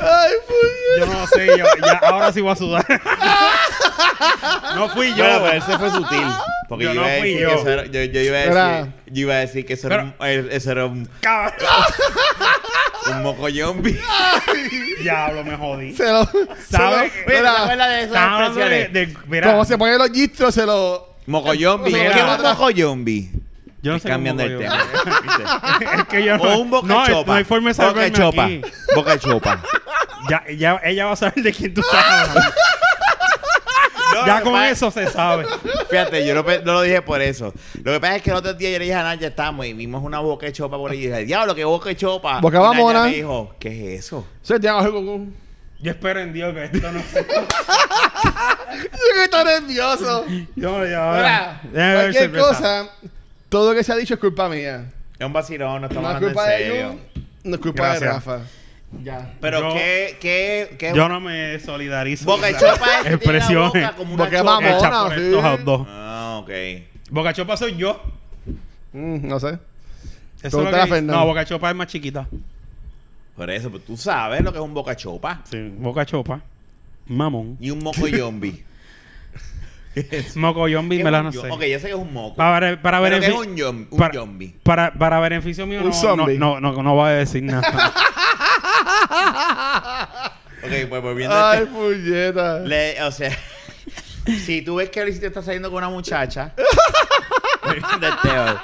Speaker 4: Ay, puñet.
Speaker 1: Yo no sé, yo, ya, ahora sí voy a sudar. no fui yo.
Speaker 3: Bueno, pero ese fue sutil. Porque yo,
Speaker 1: Yo
Speaker 3: iba
Speaker 1: no
Speaker 3: a
Speaker 1: fui
Speaker 3: decir
Speaker 1: yo.
Speaker 3: que eso era, yo, yo iba a decir,
Speaker 4: Era-
Speaker 3: yo iba a decir que eso era, un, eh, eso era un,
Speaker 1: Cabrón.
Speaker 3: un moco zombie.
Speaker 1: Diablo, me jodí.
Speaker 4: Se lo.
Speaker 1: ¿Sabes?
Speaker 4: se lo-
Speaker 3: Oye, ¿te
Speaker 4: Mira,
Speaker 3: acuerdas de
Speaker 1: Estaba
Speaker 3: esas
Speaker 1: hablando de,
Speaker 3: expresiones?
Speaker 1: de- mira,
Speaker 4: Como se ponen los gistros, se lo.
Speaker 3: Moco zombie.
Speaker 4: Mira.
Speaker 3: ¿Qué es un moco zombie?
Speaker 1: yo no sé
Speaker 3: Cambian
Speaker 1: cómo
Speaker 3: del
Speaker 1: voy
Speaker 3: tema.
Speaker 1: yo. es que yo
Speaker 3: o un boca
Speaker 1: no,
Speaker 3: chopa.
Speaker 1: No hay forma de
Speaker 3: Boca
Speaker 1: saberme
Speaker 3: chopa.
Speaker 1: aquí.
Speaker 3: Boca chopa.
Speaker 1: Ya, ya, ella va a saber de quién tú estás
Speaker 3: No,
Speaker 1: Ya
Speaker 3: lo
Speaker 1: con
Speaker 3: que pasa-
Speaker 1: eso se sabe.
Speaker 3: Fíjate, yo no, pe- no lo dije por eso. Lo que pasa es que el otro día yo le dije a Naya, estamos y vimos una boca de chopa por ahí. Y dije, diablo, qué boca de chopa.
Speaker 4: Boca
Speaker 3: Y Naya
Speaker 4: mamona.
Speaker 3: me dijo, ¿qué es eso?
Speaker 4: Se te abajo con
Speaker 1: Yo espero en Dios que esto no se...
Speaker 4: Yo que está nervioso.
Speaker 1: Yo, ya,
Speaker 4: Mira,
Speaker 1: Debe haber
Speaker 4: cualquier
Speaker 1: cerveza.
Speaker 4: cosa, todo lo que se ha dicho es culpa mía.
Speaker 3: Es un vacilón, no
Speaker 4: No
Speaker 3: estamos
Speaker 4: es
Speaker 3: hablando en
Speaker 4: culpa de
Speaker 3: serio.
Speaker 4: Jun, no es culpa de
Speaker 1: Gracias.
Speaker 4: Rafa. Ya.
Speaker 3: Pero
Speaker 1: Yo-
Speaker 3: qué, qué, qué
Speaker 1: Yo no me solidarizo.
Speaker 3: eh, boca de
Speaker 1: con la-
Speaker 3: chopa es que tiene la
Speaker 1: Expresiones.
Speaker 3: boca como una
Speaker 4: Boca de
Speaker 3: chopa.
Speaker 4: mamona.
Speaker 1: hecha por
Speaker 4: sí.
Speaker 1: estos hot dogs.
Speaker 3: Ah, ok.
Speaker 1: Boca chopa soy yo.
Speaker 4: Mm, no sé.
Speaker 1: Eso es lo
Speaker 4: Pregúntale a
Speaker 1: que-
Speaker 4: Fernando.
Speaker 1: No, boca chopa es más chiquita.
Speaker 3: Por eso, pues tú sabes lo que es un boca chopa.
Speaker 1: Sí, boca chopa. Mamón.
Speaker 3: Y un moco zombie. ¿Qué es?
Speaker 1: Moco
Speaker 3: ¿Qué
Speaker 1: zombie,
Speaker 3: es
Speaker 1: me la
Speaker 3: un
Speaker 1: no
Speaker 3: yo-
Speaker 1: sé.
Speaker 3: Ok, yo sé que es un moco.
Speaker 1: Para, para
Speaker 3: Pero que es
Speaker 1: beneficio.
Speaker 3: un, yom- un
Speaker 1: para,
Speaker 3: zombie.
Speaker 1: para, para beneficio mío,
Speaker 4: Un
Speaker 1: no, no,
Speaker 4: zombie.
Speaker 1: no, no, no voy a decir nada.
Speaker 3: Ok, pues volviendo al
Speaker 4: Ay, puñeta.
Speaker 3: Le- o sea, si tú ves que Luisito está saliendo con una muchacha del Teo,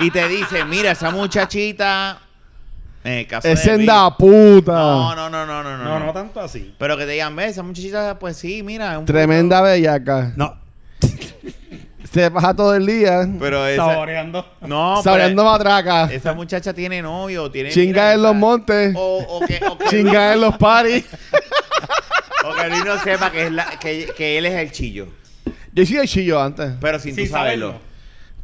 Speaker 3: y te dice, mira, esa muchachita... En el caso
Speaker 4: Es
Speaker 3: de Luis-
Speaker 4: senda puta.
Speaker 3: No, no, no, no, no, no.
Speaker 1: no,
Speaker 3: no.
Speaker 1: no tanto así.
Speaker 3: Pero que te digan, ve, esa muchachita, pues sí, mira. es un
Speaker 4: Tremenda bellaca.
Speaker 1: No,
Speaker 4: Se pasa todo el día
Speaker 3: poco- Pero
Speaker 1: está
Speaker 3: esa...
Speaker 1: oreando.
Speaker 3: No, pues,
Speaker 4: saboreando
Speaker 3: pero
Speaker 4: matraca.
Speaker 3: esa muchacha tiene novio, tiene...
Speaker 4: Chinga
Speaker 3: mira,
Speaker 4: en los
Speaker 3: esa-
Speaker 4: montes.
Speaker 3: O, o que, o que-
Speaker 4: Chinga en los paris.
Speaker 3: eh, o que Luis no sepa que, es la- que, que él es el chillo.
Speaker 4: Yo sí el chillo antes.
Speaker 3: Pero sin,
Speaker 1: Sin
Speaker 3: tú saberlo.
Speaker 1: saberlo.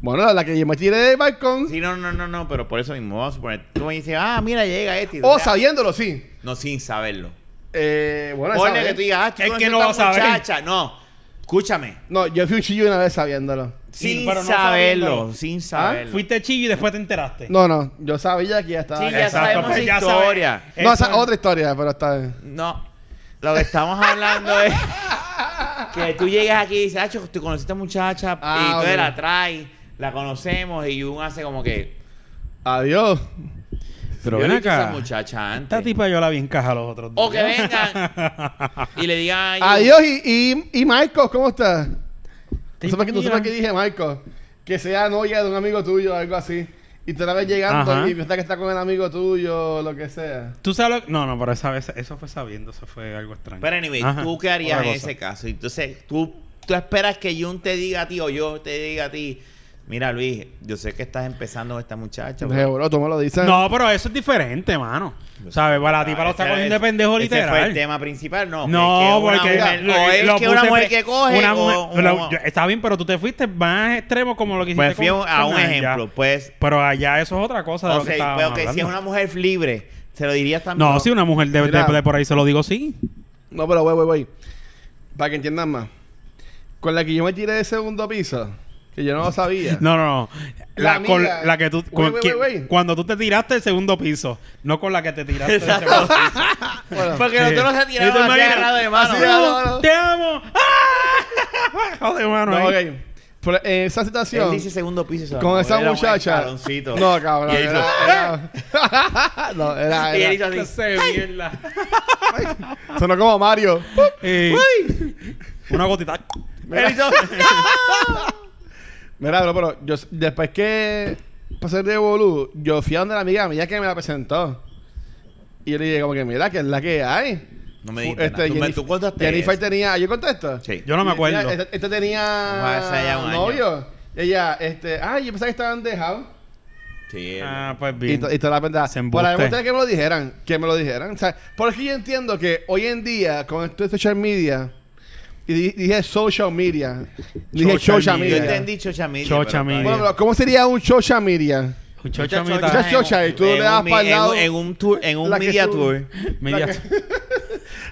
Speaker 4: Bueno, la- la que yo me tiré del balcón.
Speaker 3: Sí, no, no, no, no, pero por eso mismo vamos a suponer. Tú me dices, ah, mira, llega este. y tú
Speaker 4: O
Speaker 3: dices, "Ah,
Speaker 4: sabiéndolo, sí.
Speaker 3: No, sin saberlo.
Speaker 4: Eh, bueno, esa
Speaker 3: Ponle
Speaker 4: vez-
Speaker 3: que tú digas, ah, tú
Speaker 1: Es
Speaker 3: conoces
Speaker 1: que no
Speaker 3: a
Speaker 1: va a
Speaker 3: esta
Speaker 1: saber.
Speaker 3: muchacha. No, escúchame.
Speaker 4: No, yo fui un chillo una vez sabiéndolo.
Speaker 3: Sin
Speaker 1: pero no
Speaker 3: saberlo,
Speaker 1: sabiéndolo.
Speaker 4: ¿Ah?
Speaker 3: sin saberlo.
Speaker 1: Fuiste chillo y después te enteraste.
Speaker 4: No, no, yo sabía que ya estaba.
Speaker 3: Sí, ya
Speaker 4: casado.
Speaker 3: sabemos
Speaker 1: pues
Speaker 3: esa
Speaker 1: sabes.
Speaker 3: historia.
Speaker 4: No,
Speaker 1: Eso
Speaker 4: esa es otra historia, pero está bien.
Speaker 3: No, lo que estamos hablando es que tú llegas aquí y dices, ah, tú conociste a esta muchacha
Speaker 4: Ah,
Speaker 3: y tú
Speaker 4: ok.
Speaker 3: la traes, la conocemos y Jun hace como que.
Speaker 4: Adiós.
Speaker 1: Pero
Speaker 3: yo he
Speaker 1: ven
Speaker 3: visto a
Speaker 1: acá.
Speaker 3: Esa muchacha
Speaker 1: Esta
Speaker 3: antes.
Speaker 1: tipa yo la vi en caja los otros días.
Speaker 3: O que vengan y le digan. a Jun,
Speaker 4: Adiós. Y, y, y Marcos, ¿cómo estás?
Speaker 1: Te
Speaker 4: No sé por qué, no sé por qué
Speaker 1: imaginas.
Speaker 4: dije Marcos. Que sea novia de un amigo tuyo o algo así. Y te la ves llegando
Speaker 1: Ajá.
Speaker 4: y piensas que está con el amigo tuyo o lo que sea.
Speaker 1: Tú sabes lo que... No, no, pero esa vez, eso fue sabiendo, eso fue algo extraño.
Speaker 3: Pero anyway,
Speaker 1: Ajá,
Speaker 3: ¿tú qué harías
Speaker 1: otra
Speaker 3: en
Speaker 1: cosa.
Speaker 3: ese caso? Entonces, ¿tú, tú esperas que Jun te diga a ti o yo te diga a ti, Mira, Luis, yo sé que estás empezando con esta muchacha. pero-
Speaker 4: Seguro, tú me lo dices.
Speaker 1: No, pero eso es diferente, mano. ¿Sabes? Para ti, para los
Speaker 3: Ah, Ese-
Speaker 1: tacos de
Speaker 3: ese-
Speaker 1: pendejo
Speaker 3: ese fue el
Speaker 1: literal.
Speaker 3: tema principal, no.
Speaker 1: No,
Speaker 3: que- que
Speaker 1: porque.
Speaker 3: una mujer- o es
Speaker 1: lo
Speaker 3: que una
Speaker 1: puse
Speaker 3: mujer
Speaker 1: pre-
Speaker 3: que coge.
Speaker 1: una
Speaker 3: o-
Speaker 1: mujer-
Speaker 3: o-
Speaker 1: lo- yo- está bien, pero tú te fuiste más extremo como lo que hiciste.
Speaker 3: pues fui a un-
Speaker 1: con-
Speaker 3: a un
Speaker 1: con ella.
Speaker 3: ejemplo. Pues,
Speaker 1: Pero allá eso es otra cosa. de
Speaker 3: o
Speaker 1: lo que
Speaker 3: sea,
Speaker 1: estábamos
Speaker 3: pero que si es
Speaker 1: hablando.
Speaker 3: una mujer libre, se lo dirías también.
Speaker 1: No, si una mujer de, de-
Speaker 4: Mira.
Speaker 1: de por ahí se lo digo, sí.
Speaker 4: No, pero voy, voy, voy. Para que entiendan más. Con la que yo me tiré de segundo piso, que yo no lo sabía.
Speaker 1: No, no, no. La,
Speaker 4: La
Speaker 1: con
Speaker 4: amiga.
Speaker 1: la que tú.
Speaker 4: Güey,
Speaker 1: con
Speaker 4: güey,
Speaker 1: quien-
Speaker 4: güey, güey.
Speaker 1: Cuando tú te tiraste el segundo piso. No con la que te tiraste el segundo piso.
Speaker 4: Bueno,
Speaker 3: Porque los
Speaker 1: Sí.
Speaker 3: nosotros se
Speaker 1: Y te
Speaker 3: tiramos así
Speaker 1: imaginas,
Speaker 3: agarrado de mano.
Speaker 4: así, No, no, no.
Speaker 1: ¡Te amo! ¡Ah! Joder, mano.
Speaker 4: no,
Speaker 1: ahí.
Speaker 4: ok. Pero en esa
Speaker 3: Él
Speaker 4: situación,
Speaker 3: dice segundo piso. y se va a
Speaker 4: con
Speaker 3: mover
Speaker 4: esa
Speaker 3: a un
Speaker 4: muchacha.
Speaker 3: escaloncito.
Speaker 4: No, cabrón.
Speaker 3: Y él hizo-
Speaker 4: Era, era- no, era.
Speaker 3: Y él
Speaker 4: era-
Speaker 3: hizo así.
Speaker 4: Sonó como Mario.
Speaker 1: Eh, una gotita.
Speaker 3: Él hizo-
Speaker 4: Mira, bro, pero yo, después que pasé de boludo, yo fui a donde la amiga mía que me la presentó. Y yo le dije, como que mira, que es la que hay.
Speaker 3: No me
Speaker 4: Fu-
Speaker 3: dijiste nada.
Speaker 4: este,
Speaker 3: Tú me-
Speaker 4: Jennifer,
Speaker 3: Tú contaste
Speaker 4: Jennifer
Speaker 3: eso.
Speaker 4: tenía. ¿Yo contesto?
Speaker 3: Sí.
Speaker 1: Yo no me acuerdo.
Speaker 4: Ella- Esta, esta tenía.
Speaker 3: hace ya un año.
Speaker 4: novio. Y ella, este. Ay, yo pensaba que estaban dejados.
Speaker 3: Sí, él-
Speaker 1: Ah, pues
Speaker 4: Y,
Speaker 1: bien.
Speaker 4: to- y toda la pendeja.
Speaker 1: Se
Speaker 4: Por la
Speaker 1: embuste.
Speaker 4: que me lo dijeran. Que me lo dijeran. O sea, porque yo entiendo que hoy en día, con esto de social media. Y di- dije social media. Dije
Speaker 1: Social
Speaker 4: social
Speaker 1: media.
Speaker 3: Yo
Speaker 4: media.
Speaker 3: entendí chocha media.
Speaker 1: Chocha
Speaker 3: pero-
Speaker 1: media.
Speaker 4: Bueno, pero ¿cómo sería un social media?
Speaker 1: Un
Speaker 3: Chocha
Speaker 1: chocha
Speaker 3: media.
Speaker 1: mitad.
Speaker 4: Esa chocha, y tú
Speaker 3: En
Speaker 4: le das
Speaker 3: un mi-
Speaker 4: pa'l
Speaker 3: en un-
Speaker 4: lado.
Speaker 3: En un tour, en un
Speaker 4: La que
Speaker 3: media
Speaker 4: tú-
Speaker 3: tour.
Speaker 1: Media-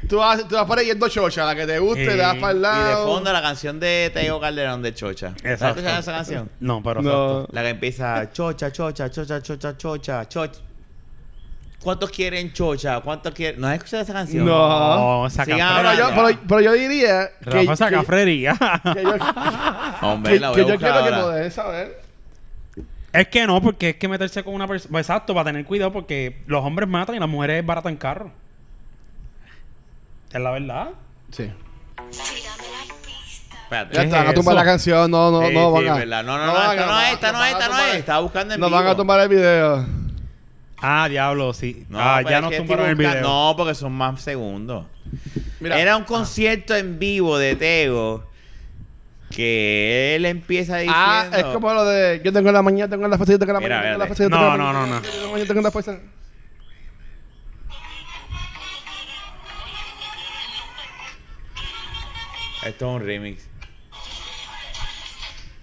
Speaker 4: Tú vas, tú vas para yendo chocha, la que te guste,
Speaker 1: Eh,
Speaker 4: le das para el
Speaker 3: Y de
Speaker 4: lado.
Speaker 3: fondo la canción de Teo Calderón de Chocha. ¿Sabes
Speaker 1: Exacto.
Speaker 3: escuchar esa canción?
Speaker 1: No, pero.
Speaker 4: No.
Speaker 3: La que empieza Chocha, Chocha, Chocha, Chocha, Chocha, Chocha. ¿Cuántos quieren Chocha? ¿Cuántos quieren? ¿No has escuchado esa canción?
Speaker 4: No.
Speaker 1: No, esa
Speaker 3: Sigan
Speaker 4: Pero Ah. yo,
Speaker 3: hablando.
Speaker 4: pero, pero yo diría que,
Speaker 1: Rafa
Speaker 4: que-
Speaker 1: saca frería.
Speaker 4: que yo,
Speaker 3: Hombre,
Speaker 4: que-
Speaker 3: la voy
Speaker 4: que
Speaker 3: a
Speaker 4: yo
Speaker 3: buscar
Speaker 4: quiero que
Speaker 3: ahora.
Speaker 4: lo dejes saber.
Speaker 1: Es que no, porque es que meterse con una persona. Exacto, para tener cuidado, porque los hombres matan y las mujeres baratan carro. Es la verdad.
Speaker 4: Sí.
Speaker 3: Espérate.
Speaker 4: Ya
Speaker 1: ¿Qué
Speaker 4: está,
Speaker 1: es
Speaker 4: van a tumbar
Speaker 1: eso?
Speaker 4: la canción. No, no,
Speaker 3: Sí,
Speaker 4: no,
Speaker 3: sí,
Speaker 4: van a.
Speaker 3: verdad. No, no, no,
Speaker 4: no van a-
Speaker 3: esta no es, esta no
Speaker 4: no
Speaker 3: es,
Speaker 4: van a
Speaker 3: esta no es.
Speaker 4: tomar-
Speaker 3: Estaba buscando en
Speaker 4: Nos van a
Speaker 3: vivo.
Speaker 4: tomar el video.
Speaker 1: Ah, diablo, sí.
Speaker 3: No,
Speaker 1: ah,
Speaker 3: pero
Speaker 1: ya
Speaker 3: es
Speaker 1: nos
Speaker 3: que estoy
Speaker 1: tumbaron el
Speaker 3: buscando-
Speaker 1: video.
Speaker 3: No, porque son más segundos.
Speaker 4: Mira, Ah.
Speaker 3: Era un concierto en vivo de Tego que él empieza diciendo.
Speaker 4: ah, es como lo de yo tengo la mañana, tengo la fuerza, yo tengo la
Speaker 3: Mira,
Speaker 4: mañana, tengo la
Speaker 3: espérate.
Speaker 4: fuerza, yo tengo
Speaker 1: No,
Speaker 4: la
Speaker 1: no, no,
Speaker 4: mañana,
Speaker 1: no.
Speaker 4: yo tengo la mañana, tengo la fuerza.
Speaker 3: Esto es un remix.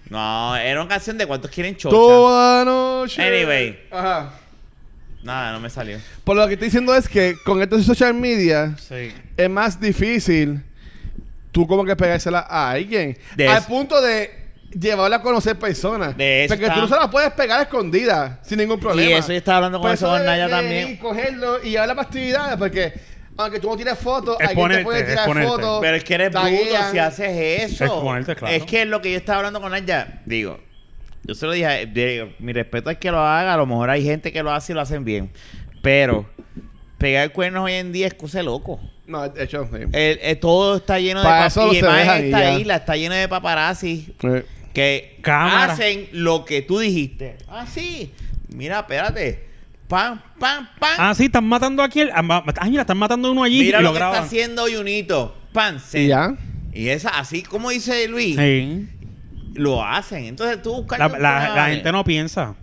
Speaker 3: No, era una canción de cuántos quieren chocha.
Speaker 4: Toda noche.
Speaker 3: Anyway.
Speaker 4: Ajá.
Speaker 3: Nada, no me salió.
Speaker 4: Por lo que estoy diciendo es que con estos social media
Speaker 1: Sí.
Speaker 4: es más difícil tú como que pegársela a alguien.
Speaker 3: De
Speaker 4: al
Speaker 3: eso.
Speaker 4: punto de llevarla a conocer personas.
Speaker 3: De eso
Speaker 4: porque tú
Speaker 3: está-
Speaker 4: no se la puedes pegar escondida sin ningún problema. Pues, eh,
Speaker 3: Y eso yo estaba hablando con
Speaker 4: Pero
Speaker 3: eso
Speaker 4: eso
Speaker 3: con
Speaker 4: de-
Speaker 3: Naya
Speaker 4: de ir,
Speaker 3: también.
Speaker 4: cogerlo y llevarla para actividades porque aunque tú no tires fotos, alguien te
Speaker 1: Exponerte,
Speaker 4: puede tirar
Speaker 1: exponerte.
Speaker 4: fotos.
Speaker 3: Pero es que eres bruto
Speaker 4: taguean.
Speaker 3: si haces eso.
Speaker 1: Es ponerte, claro.
Speaker 3: Es que es lo que yo estaba hablando con Naya. Digo, yo se lo dije, a- digo, mi respeto es que lo haga. A lo mejor hay gente que lo hace y lo hacen bien. Pero pegar cuernos hoy en día es cosa de loco.
Speaker 4: No, de hecho, sí.
Speaker 3: El- el- todo está lleno de
Speaker 4: Para
Speaker 3: pap-
Speaker 4: eso
Speaker 3: y
Speaker 4: se
Speaker 3: más en
Speaker 4: dejan y
Speaker 3: esta
Speaker 4: ya.
Speaker 3: isla está lleno de paparazzi
Speaker 4: Eh,
Speaker 3: que
Speaker 1: Cámara.
Speaker 3: hacen lo que tú dijiste. Ah, sí. Mira, espérate. Pam, pam, pam.
Speaker 1: Ah, sí, están matando aquí. El... ah, ma- Ah, mira, están matando uno allí
Speaker 3: Mira
Speaker 1: y
Speaker 3: lo,
Speaker 1: lo,
Speaker 3: que
Speaker 1: graban.
Speaker 3: está haciendo Junito. Pam, se-
Speaker 4: Y ya.
Speaker 3: Y esa, así como dice Luis,
Speaker 1: Sí.
Speaker 3: lo hacen. Entonces tú buscas.
Speaker 1: La, la- la gente no piensa.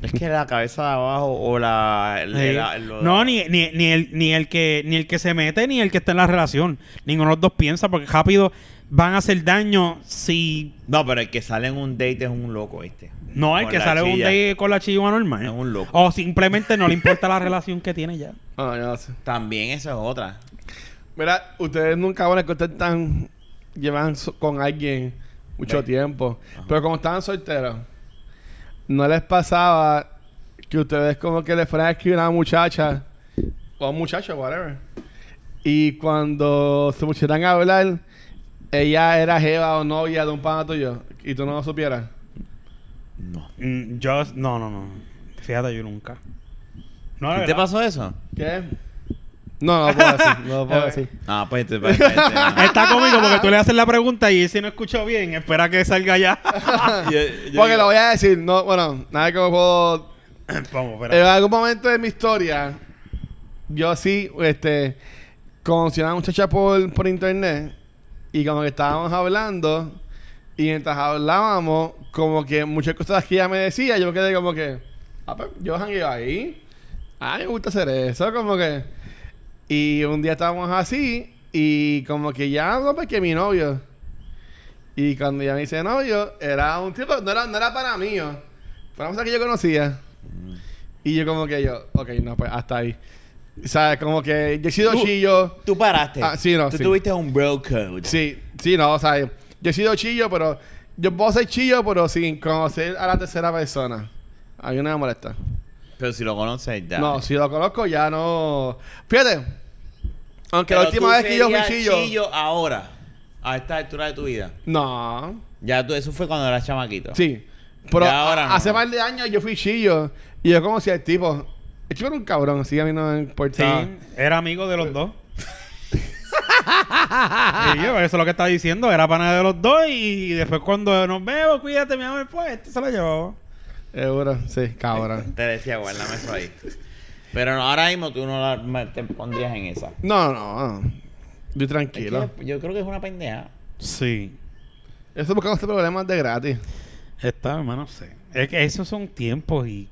Speaker 3: Es que la cabeza de abajo o la. el-
Speaker 1: Sí.
Speaker 3: la- lo-
Speaker 1: No, ni, ni, ni, el, ni, el que, ni el que se mete ni el que está en la relación. Ninguno de los dos piensa porque rápido van a hacer daño si
Speaker 3: No, pero el que sale en un date es un loco, este.
Speaker 1: no el
Speaker 3: Con
Speaker 1: que
Speaker 3: la
Speaker 1: sale un
Speaker 3: chilla.
Speaker 1: día con la chiva normal.
Speaker 3: Es un loco.
Speaker 1: O simplemente no le importa la relación que tiene ya.
Speaker 3: Ah,
Speaker 4: no, yo no sé.
Speaker 3: También esa es otra.
Speaker 4: Mira, ustedes nunca van a encontrar tan... Llevan so- con alguien mucho
Speaker 3: Ve.
Speaker 4: tiempo. Pero como estaban solteros, no les pasaba que ustedes como que le fueran a escribir a una muchacha o a un muchacho, whatever. Y cuando se pusieran a hablar, ella era jeva o novia de un pana tuyo y tú no lo supieras.
Speaker 3: No.
Speaker 1: Mm, Yo, no, no, no. Fíjate, yo nunca. No, la
Speaker 3: ¿Qué te
Speaker 1: verdad.
Speaker 3: pasó eso?
Speaker 4: ¿Qué? No, no lo puedo decir. No lo puedo decir.
Speaker 3: Ah, pues te yo,
Speaker 1: Está cómico porque tú le haces la pregunta y si no escuchó bien, espera que salga ya.
Speaker 4: Porque lo voy a decir. No, bueno, nada que me puedo
Speaker 1: Vamos, espera.
Speaker 4: En algún momento de mi historia, yo sí, este, conocí a una muchacha por, por internet y como que estábamos hablando, Y mientras hablábamos, como que muchas cosas que ella me decía, yo me quedé como que, ah, pues yo jangueo ahí. Ah, me gusta hacer eso, como que. Y un día estábamos así, y como que ya, no, pues que mi novio. Y cuando ella me dice novio, era un tipo, no era, no era para mí, yo. Fue una cosa que yo conocía. Y yo, como que yo, ok, no, pues hasta ahí. O sea, como que yo he sido
Speaker 3: Tú-
Speaker 4: chillo.
Speaker 3: Tú paraste.
Speaker 4: Ah, sí, no,
Speaker 3: Tú
Speaker 4: sí.
Speaker 3: tuviste un bro code.
Speaker 4: Sí, sí, no, o sea, yo he sido chillo, pero yo puedo ser chillo, pero sin conocer a la tercera persona. A mí no me molesta.
Speaker 3: Pero si lo conoces ya.
Speaker 4: No, si lo conozco ya no. Fíjate, aunque
Speaker 3: Pero
Speaker 4: la última
Speaker 3: tú
Speaker 4: vez que yo fui
Speaker 3: serías
Speaker 4: chillo.
Speaker 3: ahora, a esta altura de tu vida.
Speaker 4: No,
Speaker 3: Ya tú, eso fue cuando eras chamaquito.
Speaker 4: sí. Pero
Speaker 3: Ya ahora
Speaker 4: a-
Speaker 3: no.
Speaker 4: hace par de años yo fui chillo y yo conocí al tipo. El chico era un cabrón, así que a mí no me
Speaker 1: Sí,
Speaker 4: importaba.
Speaker 1: era amigo de los dos. Y yo, eso es lo que estaba diciendo, era pana de los dos y, después cuando nos vemos, cuídate, mi amor, pues, esto se lo llevó.
Speaker 4: Seguro, sí, cabrón.
Speaker 3: Te decía, guárdame eso ahí. Pero no, ahora mismo tú no la, me- te pondrías en esa.
Speaker 4: No, no, no. Yo
Speaker 3: Es que
Speaker 4: tranquilo.
Speaker 3: yo- yo creo que es una pendeja.
Speaker 1: Sí.
Speaker 4: Eso buscando este problema de gratis.
Speaker 1: Está, hermano, sé. Es que esos son tiempos y...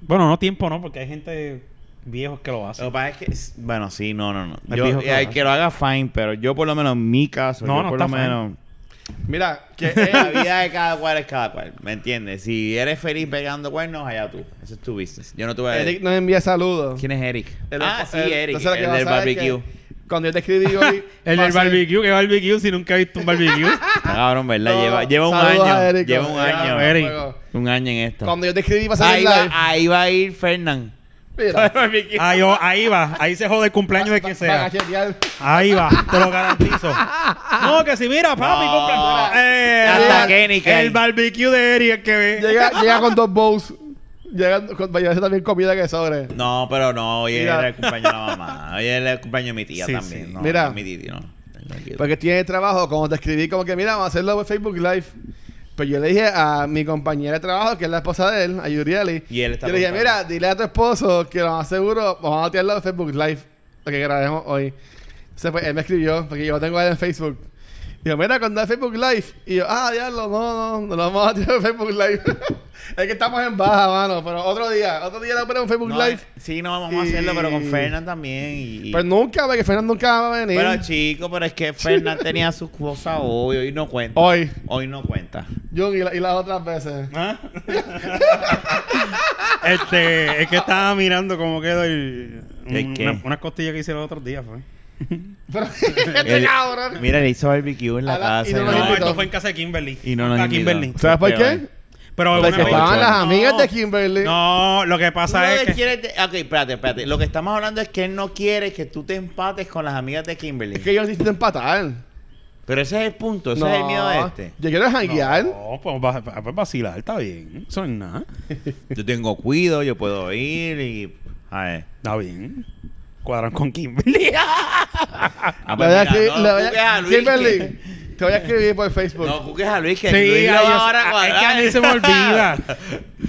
Speaker 1: Bueno, no tiempo, no, porque hay gente viejos que lo hace.
Speaker 3: Lo que pasa es que, s- bueno, sí, no, no, no.
Speaker 1: Me
Speaker 3: Yo,
Speaker 1: fijo
Speaker 3: eh,
Speaker 1: que lo
Speaker 3: hay
Speaker 1: hace.
Speaker 3: que lo haga fine, pero yo por lo menos en mi caso,
Speaker 1: No,
Speaker 3: yo
Speaker 1: no
Speaker 3: por lo
Speaker 1: está fine.
Speaker 3: menos.
Speaker 4: Mira, que
Speaker 3: La
Speaker 4: eh,
Speaker 3: vida de cada cual es cada cual, ¿me entiendes? Si eres feliz pegando cuernos, allá tú. Ese es tu business. Yo no tuve
Speaker 4: Eric nos envía saludos.
Speaker 3: ¿Quién es Eric?
Speaker 4: El-
Speaker 3: ah, sí,
Speaker 4: el-
Speaker 3: Eric.
Speaker 4: entonces lo que
Speaker 3: El
Speaker 4: vas
Speaker 3: del
Speaker 4: a ver es
Speaker 3: barbecue.
Speaker 4: que Cuando yo te escribí hoy.
Speaker 1: El del
Speaker 4: pasé-
Speaker 1: barbecue, que barbecue si nunca he visto un barbecue.
Speaker 3: Ah, Cabrón, ¿verdad?
Speaker 4: No,
Speaker 3: lleva, lleva un
Speaker 4: saludos a
Speaker 3: año.
Speaker 4: Eric,
Speaker 3: Lleva un
Speaker 4: ya,
Speaker 3: año.
Speaker 1: Eric.
Speaker 4: fuego.
Speaker 3: Un año en esto.
Speaker 4: Cuando yo te escribí para
Speaker 3: Ahí
Speaker 4: salir
Speaker 3: va,
Speaker 4: live.
Speaker 3: ahí va a ir Fernán.
Speaker 4: Mira,
Speaker 1: ahí, oh, ahí va, ahí se jode el cumpleaños de
Speaker 4: para
Speaker 1: quien sea.
Speaker 4: cachetear.
Speaker 1: Ahí va, te lo garantizo. No, que si mira, papi,
Speaker 3: No.
Speaker 1: compra. Eh,
Speaker 3: Hasta
Speaker 1: el-
Speaker 3: Kenny, Kenny.
Speaker 1: El barbecue de Eric es que ve.
Speaker 4: Llega, llega con dos bowls. Llega con para llevarse también comida que sobre.
Speaker 3: No, pero no, hoy
Speaker 4: Mira.
Speaker 3: era el cumpleaños de la mamá. Hoy era el cumpleaños de mi tía
Speaker 1: Sí,
Speaker 3: también.
Speaker 1: sí.
Speaker 3: No,
Speaker 4: Mira.
Speaker 3: Mi titi, no. Tranquilo.
Speaker 4: Porque tiene trabajo. Cuando te escribí, como que mira, vamos a hacerlo por Facebook Live. Pero yo le dije a mi compañera de trabajo, que es la esposa de él, a Yurieli.
Speaker 3: Y él está
Speaker 4: Yo le dije,
Speaker 3: contando.
Speaker 4: mira, dile a tu esposo que lo más seguro vamos a tirarlo de Facebook Live, lo que grabemos hoy. Entonces, pues, él me escribió, porque yo lo tengo a él en Facebook. Dijo, mira, cuando es Facebook Live. Y yo, ah, diablo, no, no, no lo vamos a tirar en Facebook Live. es que estamos en baja, mano. Pero otro día, otro día lo ponemos en Facebook
Speaker 3: No,
Speaker 4: Live.
Speaker 3: Sí, no, vamos a hacerlo, pero con Fernán también. Y, y-
Speaker 4: Pero nunca, porque Fernando nunca va a venir.
Speaker 3: Pero chico, pero es que Fernán tenía sus cosas hoy, hoy no cuenta.
Speaker 4: hoy,
Speaker 3: Hoy no cuenta.
Speaker 4: yo y, la- y las otras veces.
Speaker 1: ¿Ah? este, es que estaba mirando cómo quedó el.
Speaker 3: ¿El qué?
Speaker 1: una- unas costillas que hice los otros días, fue.
Speaker 4: Pero, este
Speaker 3: Él-
Speaker 4: cabrón.
Speaker 3: Mira, le hizo barbecue en la
Speaker 4: A la-
Speaker 3: casa.
Speaker 4: y no nos
Speaker 1: No,
Speaker 4: invitó.
Speaker 1: esto fue en casa de Kimberly.
Speaker 3: Y no nos
Speaker 1: A Kimberly.
Speaker 3: invitó.
Speaker 4: ¿Sabes por qué?
Speaker 3: Peor.
Speaker 1: Pero
Speaker 4: Porque
Speaker 1: una vez-
Speaker 4: estaban las
Speaker 1: No,
Speaker 4: amigas de Kimberly.
Speaker 1: No, lo que pasa
Speaker 3: Uno
Speaker 1: es
Speaker 3: de
Speaker 1: que.
Speaker 3: quiere te- Ok, espérate, espérate. Lo que estamos hablando es que él no quiere que tú te empates con las amigas de Kimberly.
Speaker 4: Es que ellos necesitan empatar.
Speaker 3: Pero ese es el punto, ese es el miedo de este.
Speaker 4: Yo quiero janguear.
Speaker 1: No, pues, va- va- pues vacilar, está bien. Eso no es nada.
Speaker 3: Yo tengo cuido, yo puedo ir y. A ver.
Speaker 1: Está bien. Cuadran con Kimberly.
Speaker 3: Ah, pues
Speaker 4: Le voy a
Speaker 3: mira,
Speaker 4: escribir-
Speaker 3: no,
Speaker 4: le voy a-
Speaker 3: juzgues a Luis, que-
Speaker 4: Kimberly, te voy a escribir por Facebook.
Speaker 3: No juzgues a Luis, que
Speaker 1: Sí,
Speaker 3: Luis lo
Speaker 1: ay,
Speaker 3: va
Speaker 1: yo-
Speaker 3: ahora a
Speaker 1: es que a
Speaker 3: cuadrar.
Speaker 1: mí se me olvida.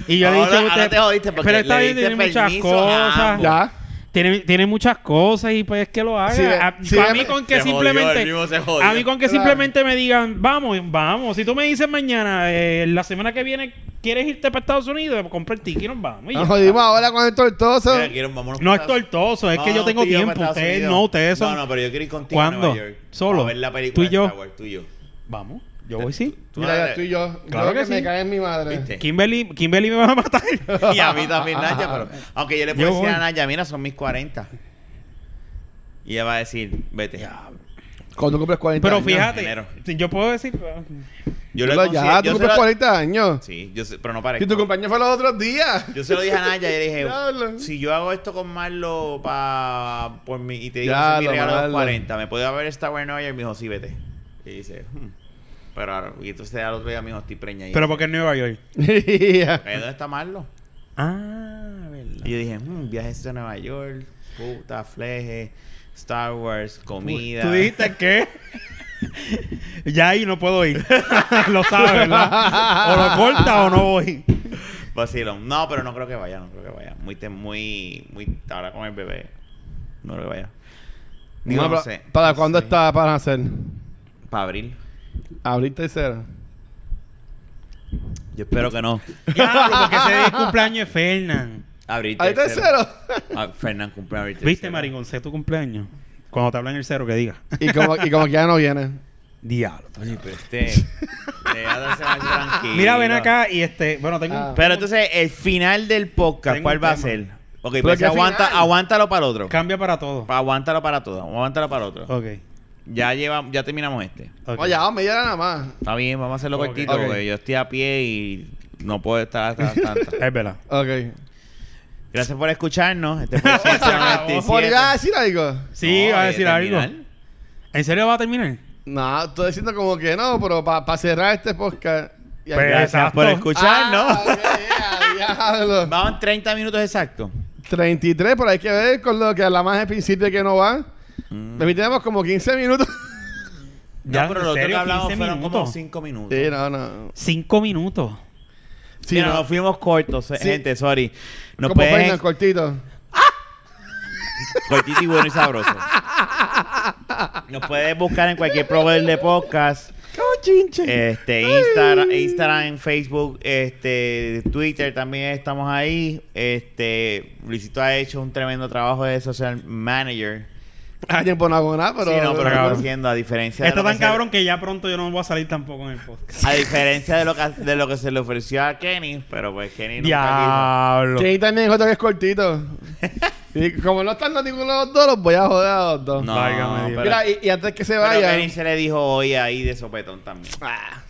Speaker 1: Y yo le dije
Speaker 3: Ahora-
Speaker 1: a usted-
Speaker 3: ahora te jodiste porque
Speaker 1: pero está
Speaker 3: le
Speaker 1: bien,
Speaker 3: diste
Speaker 1: tiene muchas
Speaker 3: permiso a
Speaker 1: cosas.
Speaker 3: ambos.
Speaker 4: ya.
Speaker 1: Tiene, tiene muchas cosas y pues que lo haga.
Speaker 4: Sí,
Speaker 1: a,
Speaker 4: sí,
Speaker 1: a mí
Speaker 4: él-
Speaker 1: con que
Speaker 3: se jodió,
Speaker 1: simplemente...
Speaker 3: él mismo se jodió.
Speaker 1: a mí con que
Speaker 4: Claro.
Speaker 1: simplemente me digan, vamos, vamos. Si tú me dices mañana, eh, la semana que viene, ¿quieres irte para Estados Unidos? Compra el ticket y nos vamos. y ya
Speaker 4: Nos
Speaker 1: está.
Speaker 4: jodimos ahora con el tortoso.
Speaker 3: Mira, quiero- vámonos
Speaker 1: No
Speaker 3: para
Speaker 1: es tortoso, es que yo
Speaker 3: Vámonos
Speaker 1: tengo
Speaker 3: tú y yo
Speaker 1: tiempo.
Speaker 3: para Estados
Speaker 1: Ustedes
Speaker 3: Unidos.
Speaker 1: no, ustedes son...
Speaker 3: pues, No, no, pero yo quiero ir contigo
Speaker 1: ¿Cuándo?
Speaker 3: a Nueva York.
Speaker 1: Solo.
Speaker 3: A ver la película
Speaker 1: Tú y
Speaker 3: de
Speaker 1: yo.
Speaker 3: Star Wars, tú y yo.
Speaker 1: Vamos, yo voy sí.
Speaker 3: Tú
Speaker 4: Mira,
Speaker 3: dale.
Speaker 4: ya tú y yo.
Speaker 1: Claro
Speaker 4: Claro
Speaker 1: que
Speaker 4: que,
Speaker 1: sí.
Speaker 4: me cae en mi madre.
Speaker 3: ¿Viste?
Speaker 1: Kimberly, Kimberly me va a matar.
Speaker 3: Y a mí también, Naya, pero... Aunque yo le puedo
Speaker 1: Yo
Speaker 3: decir
Speaker 1: voy.
Speaker 3: a Naya, mira, son mis 40. Y ella va a decir, vete. Yo
Speaker 4: Cuando cumples 40
Speaker 1: Pero
Speaker 4: años.
Speaker 1: fíjate,
Speaker 3: dinero.
Speaker 1: si yo puedo decir...
Speaker 3: lo he
Speaker 4: Pero
Speaker 3: consider-
Speaker 4: ya, tú
Speaker 3: yo se
Speaker 4: cumples
Speaker 3: lo-
Speaker 4: 40 años.
Speaker 3: Sí, yo sé, pero no parezco.
Speaker 4: Y tu compañero fue los otros días.
Speaker 3: Yo se lo dije a Naya y le dije,
Speaker 4: Diablo.
Speaker 3: si yo hago esto con Marlo pa, por mi, y te digo,
Speaker 4: Diablo,
Speaker 3: "Ese es mi regalo de los
Speaker 4: Marlo.
Speaker 3: 40, ¿me puede haber Star Wars en Nueva York? Y me dijo, sí, vete. Y dice, "Hmm". pero ahora, y entonces al otro día me dijo, estoy preña. Y
Speaker 1: Pero
Speaker 3: dice,
Speaker 1: porque en Nueva York.
Speaker 3: "Ok, ¿dónde está Marlo?
Speaker 1: Ah, verdad.
Speaker 3: Y yo dije, "Hmm, viajes a Nueva York, puta, fleje, Star Wars, comida.
Speaker 1: Tú dijiste que ya ahí no puedo ir. lo sabes, ¿verdad? O lo corta o no voy.
Speaker 3: Vacilón. No, pero no creo que vaya, no creo que vaya. Muy, tem- muy, muy, ahora con el bebé, no creo que vaya. Digo,
Speaker 4: No,
Speaker 3: no
Speaker 4: pero-
Speaker 3: sé.
Speaker 4: ¿Para cuándo está para hacer?
Speaker 3: Para abril.
Speaker 4: Abril tercero.
Speaker 3: Yo espero que no.
Speaker 1: Diablo, porque ese día el cumpleaños es Fernan.
Speaker 3: Abrir
Speaker 4: Ahí tercero.
Speaker 3: Ah, Fernán cumple abrir
Speaker 1: ¿Viste,
Speaker 3: tercero.
Speaker 1: Mariconcé, tu cumpleaños? Cuando te hablan el cero, que diga.
Speaker 4: Y como, y como que ya no viene.
Speaker 1: Diablo.
Speaker 3: Oye, pero este. déjalo ser más tranquilo.
Speaker 1: Mira, ven acá y este. Bueno, tengo
Speaker 4: Ah.
Speaker 1: un.
Speaker 3: Pero entonces, el final del podcast,
Speaker 1: Tengo
Speaker 3: ¿cuál
Speaker 1: un
Speaker 3: va a
Speaker 1: tema.
Speaker 3: ser? Ok,
Speaker 4: Pero
Speaker 3: pues
Speaker 4: ¿qué
Speaker 3: aguanta,
Speaker 4: final?
Speaker 3: aguántalo para el otro.
Speaker 1: Cambia para todo.
Speaker 3: Aguántalo para todo. Aguántalo para otro.
Speaker 1: Ok.
Speaker 3: Ya llevamos, ya terminamos este.
Speaker 1: ok.
Speaker 4: Oye, vamos, media hora nada más.
Speaker 3: Está bien, vamos a hacerlo
Speaker 1: Ok.
Speaker 3: cortito
Speaker 4: Ok.
Speaker 3: porque yo estoy a pie y no puedo estar hasta las tantas.
Speaker 1: Es verdad.
Speaker 4: Ok.
Speaker 3: Gracias por escucharnos. Este fue el 197.
Speaker 4: ¿Podrías decir algo?
Speaker 1: Sí,
Speaker 3: No,
Speaker 1: va a
Speaker 3: eh,
Speaker 1: decir
Speaker 3: terminar.
Speaker 1: algo. ¿En serio va a terminar?
Speaker 4: No, estoy diciendo como que no, pero para cerrar este podcast. y
Speaker 1: Pero
Speaker 4: aquí-
Speaker 3: Gracias por
Speaker 1: Exacto.
Speaker 3: escucharnos.
Speaker 4: Ah, ok, ya, diablo.
Speaker 3: Vamos 30 minutos exactos.
Speaker 4: 33, pero hay que ver con lo que hablamos al principio que no va.
Speaker 3: Mm.
Speaker 4: También tenemos como 15 minutos.
Speaker 1: Ya,
Speaker 3: no, pero
Speaker 1: ¿en
Speaker 3: lo otro que
Speaker 1: serio?
Speaker 3: hablamos
Speaker 1: 15
Speaker 3: fueron como
Speaker 1: minutos.
Speaker 3: 5 minutos.
Speaker 4: sí, no, no.
Speaker 1: Cinco minutos.
Speaker 4: Eh, Sí,
Speaker 3: Mira,
Speaker 4: no.
Speaker 3: nos fuimos cortos, eh,
Speaker 4: Sí.
Speaker 3: gente, sorry. Nos
Speaker 4: Como
Speaker 3: pueden...
Speaker 4: Fernan, cortito.
Speaker 3: Cortito y bueno y sabroso. Nos puedes buscar en cualquier proveedor de podcast.
Speaker 4: Eh,
Speaker 3: Este, Instagram, Instagram, Facebook, este, Twitter también estamos ahí. Este, Luisito ha hecho un tremendo trabajo de social manager.
Speaker 4: Hay ah, tiempo no hago nada, pero.
Speaker 3: sí, no, pero lo
Speaker 1: cabrón.
Speaker 3: está haciendo a diferencia de
Speaker 1: Está
Speaker 3: lo que
Speaker 1: tan
Speaker 3: se-
Speaker 1: cabrón que ya pronto yo no voy a salir tampoco en el podcast.
Speaker 3: a diferencia de lo que de lo que se le ofreció a Kenny, pero pues Kenny nunca
Speaker 1: Diablo.
Speaker 4: Sí, también es otro que es cortito. y como no están los ninguno de los dos, los voy a joder a los dos.
Speaker 3: quiso. No,
Speaker 1: Válgame Dios.
Speaker 3: pero,
Speaker 4: Mira, y, y antes que se
Speaker 3: pero
Speaker 4: vayan.
Speaker 3: Kenny se le dijo hoy ahí de sopetón también.
Speaker 4: Ah.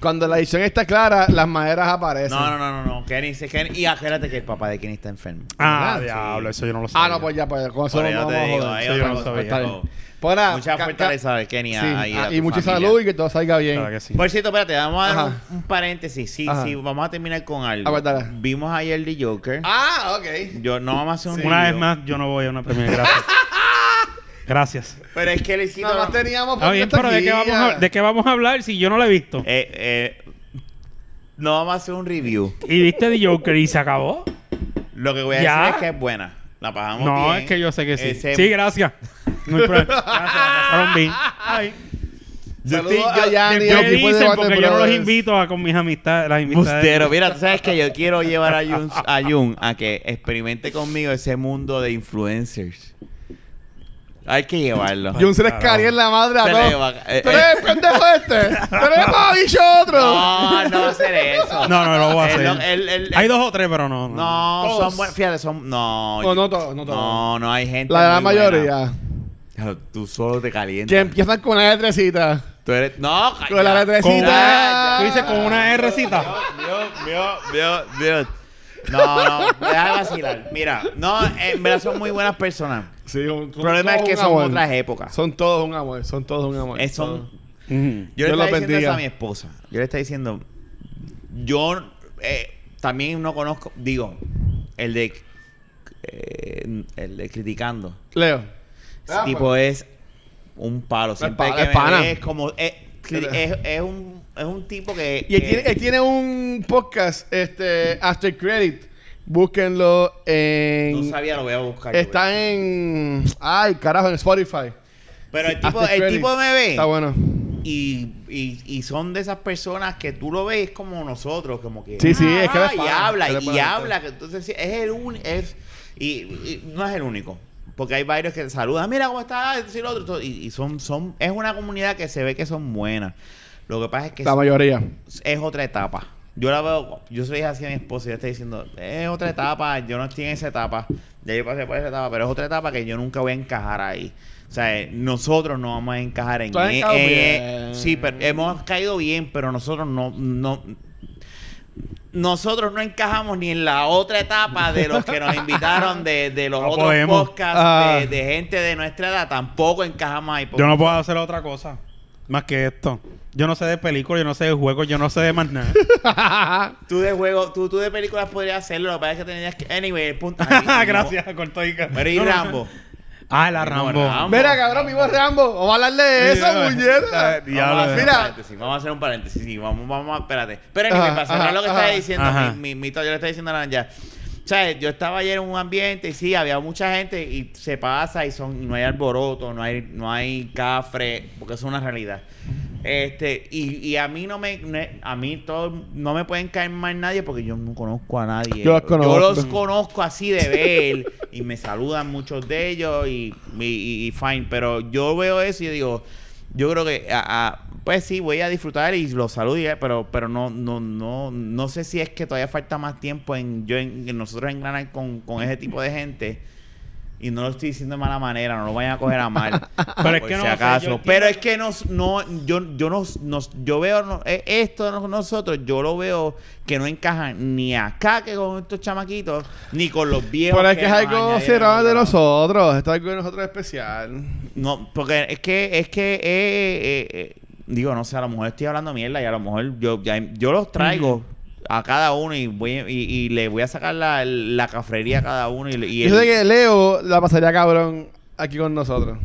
Speaker 4: Cuando la edición está clara, las maderas aparecen.
Speaker 3: No, no, no, no, no. Kenny se Kenny y acuérdate que el papá de Kenny está enfermo.
Speaker 1: Ah,
Speaker 4: Sí.
Speaker 1: diablo, eso yo no lo sabía.
Speaker 4: Ah, no, pues ya, pues con eso
Speaker 3: Por
Speaker 4: no
Speaker 3: eso
Speaker 4: vamos
Speaker 3: te
Speaker 4: a
Speaker 3: digo,
Speaker 4: joder.
Speaker 3: ahí
Speaker 4: Sí,
Speaker 1: yo
Speaker 3: otra
Speaker 1: no
Speaker 3: cosa,
Speaker 1: sabía.
Speaker 4: está bien.
Speaker 3: pero-
Speaker 4: Pues nada,
Speaker 3: Mucha
Speaker 4: ca- ca-
Speaker 3: fortaleza de Kenny
Speaker 4: Sí,
Speaker 3: ahí a
Speaker 4: ah,
Speaker 3: tu
Speaker 4: y mucha
Speaker 3: familia.
Speaker 4: salud y que todo salga bien.
Speaker 1: Claro que sí.
Speaker 3: Por cierto, espérate, vamos a dar
Speaker 4: Ajá.
Speaker 3: un, un paréntesis. Sí,
Speaker 4: Ajá.
Speaker 3: sí, vamos a terminar con algo.
Speaker 4: Aguántala.
Speaker 3: Vimos ayer The Joker.
Speaker 4: Ah, ok.
Speaker 3: Yo no vamos a hacer un
Speaker 1: Una
Speaker 3: review.
Speaker 1: vez más, yo no voy a una primera. Gracias. gracias.
Speaker 3: Pero es que le hicimos.
Speaker 4: Nada más teníamos
Speaker 1: Está bien,
Speaker 4: porque
Speaker 1: pero ¿de qué,
Speaker 4: hasta
Speaker 1: vamos a,
Speaker 4: aquí,
Speaker 1: ¿de qué vamos a hablar si yo no la he visto?
Speaker 3: Eh, eh, no vamos a hacer un review.
Speaker 1: Y viste The Joker y se acabó.
Speaker 3: Lo que voy a
Speaker 1: Ya.
Speaker 3: decir es que es buena. La pagamos
Speaker 1: No,
Speaker 3: bien.
Speaker 1: es que yo sé que sí.
Speaker 3: Ese-
Speaker 1: Sí, gracias. No hay problema. Gracias, la pasaron bien.
Speaker 4: Yo
Speaker 3: estoy-
Speaker 4: a Yanni,
Speaker 1: Después
Speaker 4: al equipo de
Speaker 1: dicen,
Speaker 4: Warner
Speaker 1: porque yo no los
Speaker 4: Brothers.
Speaker 1: invito a con mis amistades, las amistades.
Speaker 3: Bustero, mira, tú sabes que yo quiero llevar a Jun a, Jun a que experimente conmigo ese mundo de influencers. Hay que llevarlo.
Speaker 4: Jun se les caría en la madre a
Speaker 3: Se le
Speaker 4: todos.
Speaker 3: va- eh,
Speaker 4: ¡Tú eres
Speaker 3: eh.
Speaker 4: pendejo este! ¡Tú eres más bicho otro!
Speaker 3: No, no va a hacer eso.
Speaker 1: No, no lo voy a
Speaker 3: Él
Speaker 1: hacer.
Speaker 3: no- él- él-
Speaker 1: Hay dos o tres, pero no. No.
Speaker 3: No,
Speaker 4: Todos.
Speaker 3: son buenos. Fíjate, son. No.
Speaker 4: No, no todos, no todos.
Speaker 3: No, no hay gente.
Speaker 4: La gran
Speaker 3: muy buena.
Speaker 4: mayoría.
Speaker 3: Ya, Tú solo te calientas.
Speaker 4: Que empiezan con la letrecita.
Speaker 3: Tú eres. No,
Speaker 4: Con la
Speaker 1: Con
Speaker 4: letrecita.
Speaker 1: una, tú dices con una Rcita.
Speaker 3: Dios, Dios, Dios, Dios. No, no, deja de vacilar. Mira, no, en verdad son muy buenas personas.
Speaker 4: Sí, un-
Speaker 3: El problema es
Speaker 4: todos
Speaker 3: que
Speaker 4: un
Speaker 3: son
Speaker 4: amor.
Speaker 3: otras épocas.
Speaker 4: Son todos un amor, son todos un amor.
Speaker 3: Eh, son-
Speaker 4: Todos.
Speaker 3: yo le
Speaker 4: Dios los
Speaker 3: estaba diciendo eso
Speaker 4: bendiga.
Speaker 3: a mi esposa. Yo le estaba diciendo. Yo eh, también no conozco. Digo, el de. eh, el de criticando.
Speaker 4: Leo.
Speaker 3: Ese
Speaker 4: Ah,
Speaker 3: tipo es un palo. Siempre
Speaker 4: pa-
Speaker 3: que
Speaker 4: es
Speaker 3: me
Speaker 4: pana.
Speaker 3: ve es como. Es, es, es un, es un tipo que.
Speaker 4: Y él
Speaker 3: que-
Speaker 4: tiene, él tiene un podcast, este, After Credit. Búsquenlo en...
Speaker 3: no sabía, lo voy a buscar. yo,
Speaker 4: Está en... Ay, carajo, en Spotify.
Speaker 3: Pero el
Speaker 4: Sí,
Speaker 3: tipo,
Speaker 4: After
Speaker 3: el
Speaker 4: Credit.
Speaker 3: tipo me ve.
Speaker 4: Está bueno.
Speaker 3: y, y, y son de esas personas que tú lo ves como nosotros, como que.
Speaker 4: Sí, sí, es que
Speaker 3: "Ah",
Speaker 4: eres
Speaker 3: Y
Speaker 4: pana,
Speaker 3: habla,
Speaker 4: eres
Speaker 3: y,
Speaker 4: pana,
Speaker 3: habla. que Entonces, sí, es el único. Es, y, y no es el único. Porque hay varios que saludan, mira cómo está, esto y lo otro. todo, Y, y son, son. Es una comunidad que se ve que son buenas. Lo que pasa es que
Speaker 4: La mayoría.
Speaker 3: es otra etapa. Yo la veo, yo soy así a mi esposa y yo estoy diciendo, es otra etapa, yo no estoy en esa etapa, ya yo pasé por esa etapa, pero es otra etapa que yo nunca voy a encajar ahí. O sea, eh, nosotros no vamos a encajar en...
Speaker 4: Tú has
Speaker 3: eh,
Speaker 4: encajado
Speaker 3: eh,
Speaker 4: bien.
Speaker 3: sí, pero hemos caído bien, pero nosotros no, no... Nosotros no encajamos ni en la otra etapa de los que nos invitaron de, de los
Speaker 1: No
Speaker 3: otros
Speaker 1: podemos.
Speaker 3: podcasts,
Speaker 4: Ah.
Speaker 3: de, de gente de nuestra edad, tampoco encajamos ahí. porque-
Speaker 1: Yo no puedo hacer otra cosa más que esto. Yo no sé de películas, yo no sé de juegos, yo no sé de más nada.
Speaker 3: Tú de juego, tú, tú de películas podrías hacerlo, lo que pasa es que tenías que... Anyway, el punto...
Speaker 1: Ah, Gracias, cortó y
Speaker 3: Pero y
Speaker 1: No, no,
Speaker 3: Rambo.
Speaker 1: no. Ah, la
Speaker 3: No,
Speaker 1: Rambo.
Speaker 3: Rambo.
Speaker 4: Mira, cabrón, vivo Rambo. Vamos a hablarle de eso,
Speaker 1: Mira,
Speaker 4: muñeca.
Speaker 1: Diablo,
Speaker 3: vamos a hacer
Speaker 4: mira.
Speaker 3: un paréntesis. Vamos a hacer un paréntesis. sí, vamos, vamos, a- espérate. Pero
Speaker 4: Ajá,
Speaker 3: anyway, para cerrar
Speaker 4: ajá,
Speaker 3: lo que
Speaker 4: ajá.
Speaker 3: estaba diciendo,
Speaker 1: Ajá.
Speaker 3: mi, mi, mi to- yo le estaba diciendo a la Nanja. O sea, yo estaba ayer en un ambiente y sí, había mucha gente y se pasa y son, no hay alboroto, no hay, no hay cafre, porque eso es una realidad. Este, y, y a mí no me, ne- a mí todo, no me pueden caer mal nadie porque yo no conozco a nadie.
Speaker 4: Yo los conozco.
Speaker 3: los conozco así de ver y me saludan muchos de ellos y, y- y- y fine. Pero yo veo eso y digo, yo creo que, a- a- pues sí, voy a disfrutar y los saludo, y, eh, pero, pero no, no, no, no sé si es que todavía falta más tiempo en, yo en, en nosotros engranar con, con ese tipo de gente. Y no lo estoy diciendo de mala manera, no lo vayan a coger a mal.
Speaker 1: Pero es
Speaker 3: por
Speaker 1: que no,
Speaker 3: si
Speaker 1: o sea, yo
Speaker 3: acaso.
Speaker 1: entiendo-
Speaker 3: Pero es que nos, no, yo, yo nos, nos- yo veo no- eh, esto no- nosotros, yo lo veo que no encaja ni acá que con estos chamaquitos, ni con los viejos.
Speaker 4: Pero es que es
Speaker 3: nos
Speaker 4: algo
Speaker 3: añadieron,
Speaker 4: cerrado de
Speaker 3: ¿no?
Speaker 4: nosotros. Esto es algo de nosotros especial.
Speaker 3: No, porque es que, es que, eh, eh, eh, digo, no sé, a lo mejor estoy hablando mierda y a lo mejor yo, ya- yo los traigo. A cada uno y, voy, y, y le voy a sacar la, la cafrería a cada uno. Y, y
Speaker 4: Yo
Speaker 3: el-
Speaker 4: sé que Leo la pasaría cabrón aquí con nosotros.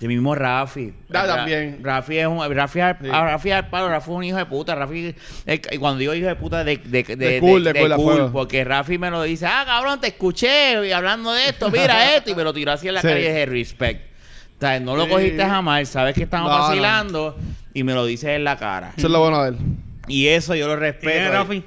Speaker 3: De mismo Rafi.
Speaker 4: Da,
Speaker 3: Ra-
Speaker 4: también.
Speaker 3: Rafi es un. Rafi es, al-
Speaker 4: Sí.
Speaker 3: ah, Rafi es al palo, Rafi es un hijo de puta. Rafi. eh, y cuando digo hijo de puta, de, de, de,
Speaker 4: De cool, de cool, a fuego.
Speaker 3: porque Rafi me lo dice, ah, cabrón, te escuché y hablando de esto, mira esto. Y me lo tiró así en la
Speaker 4: Sí.
Speaker 3: calle y dije, respect. O sea, no lo
Speaker 4: Sí.
Speaker 3: cogiste jamás, sabes que estamos
Speaker 4: No, no.
Speaker 3: vacilando y me lo dices en la cara.
Speaker 4: Eso es lo bueno de él.
Speaker 3: Y eso yo lo respeto.
Speaker 1: ¿Quién es Rafi?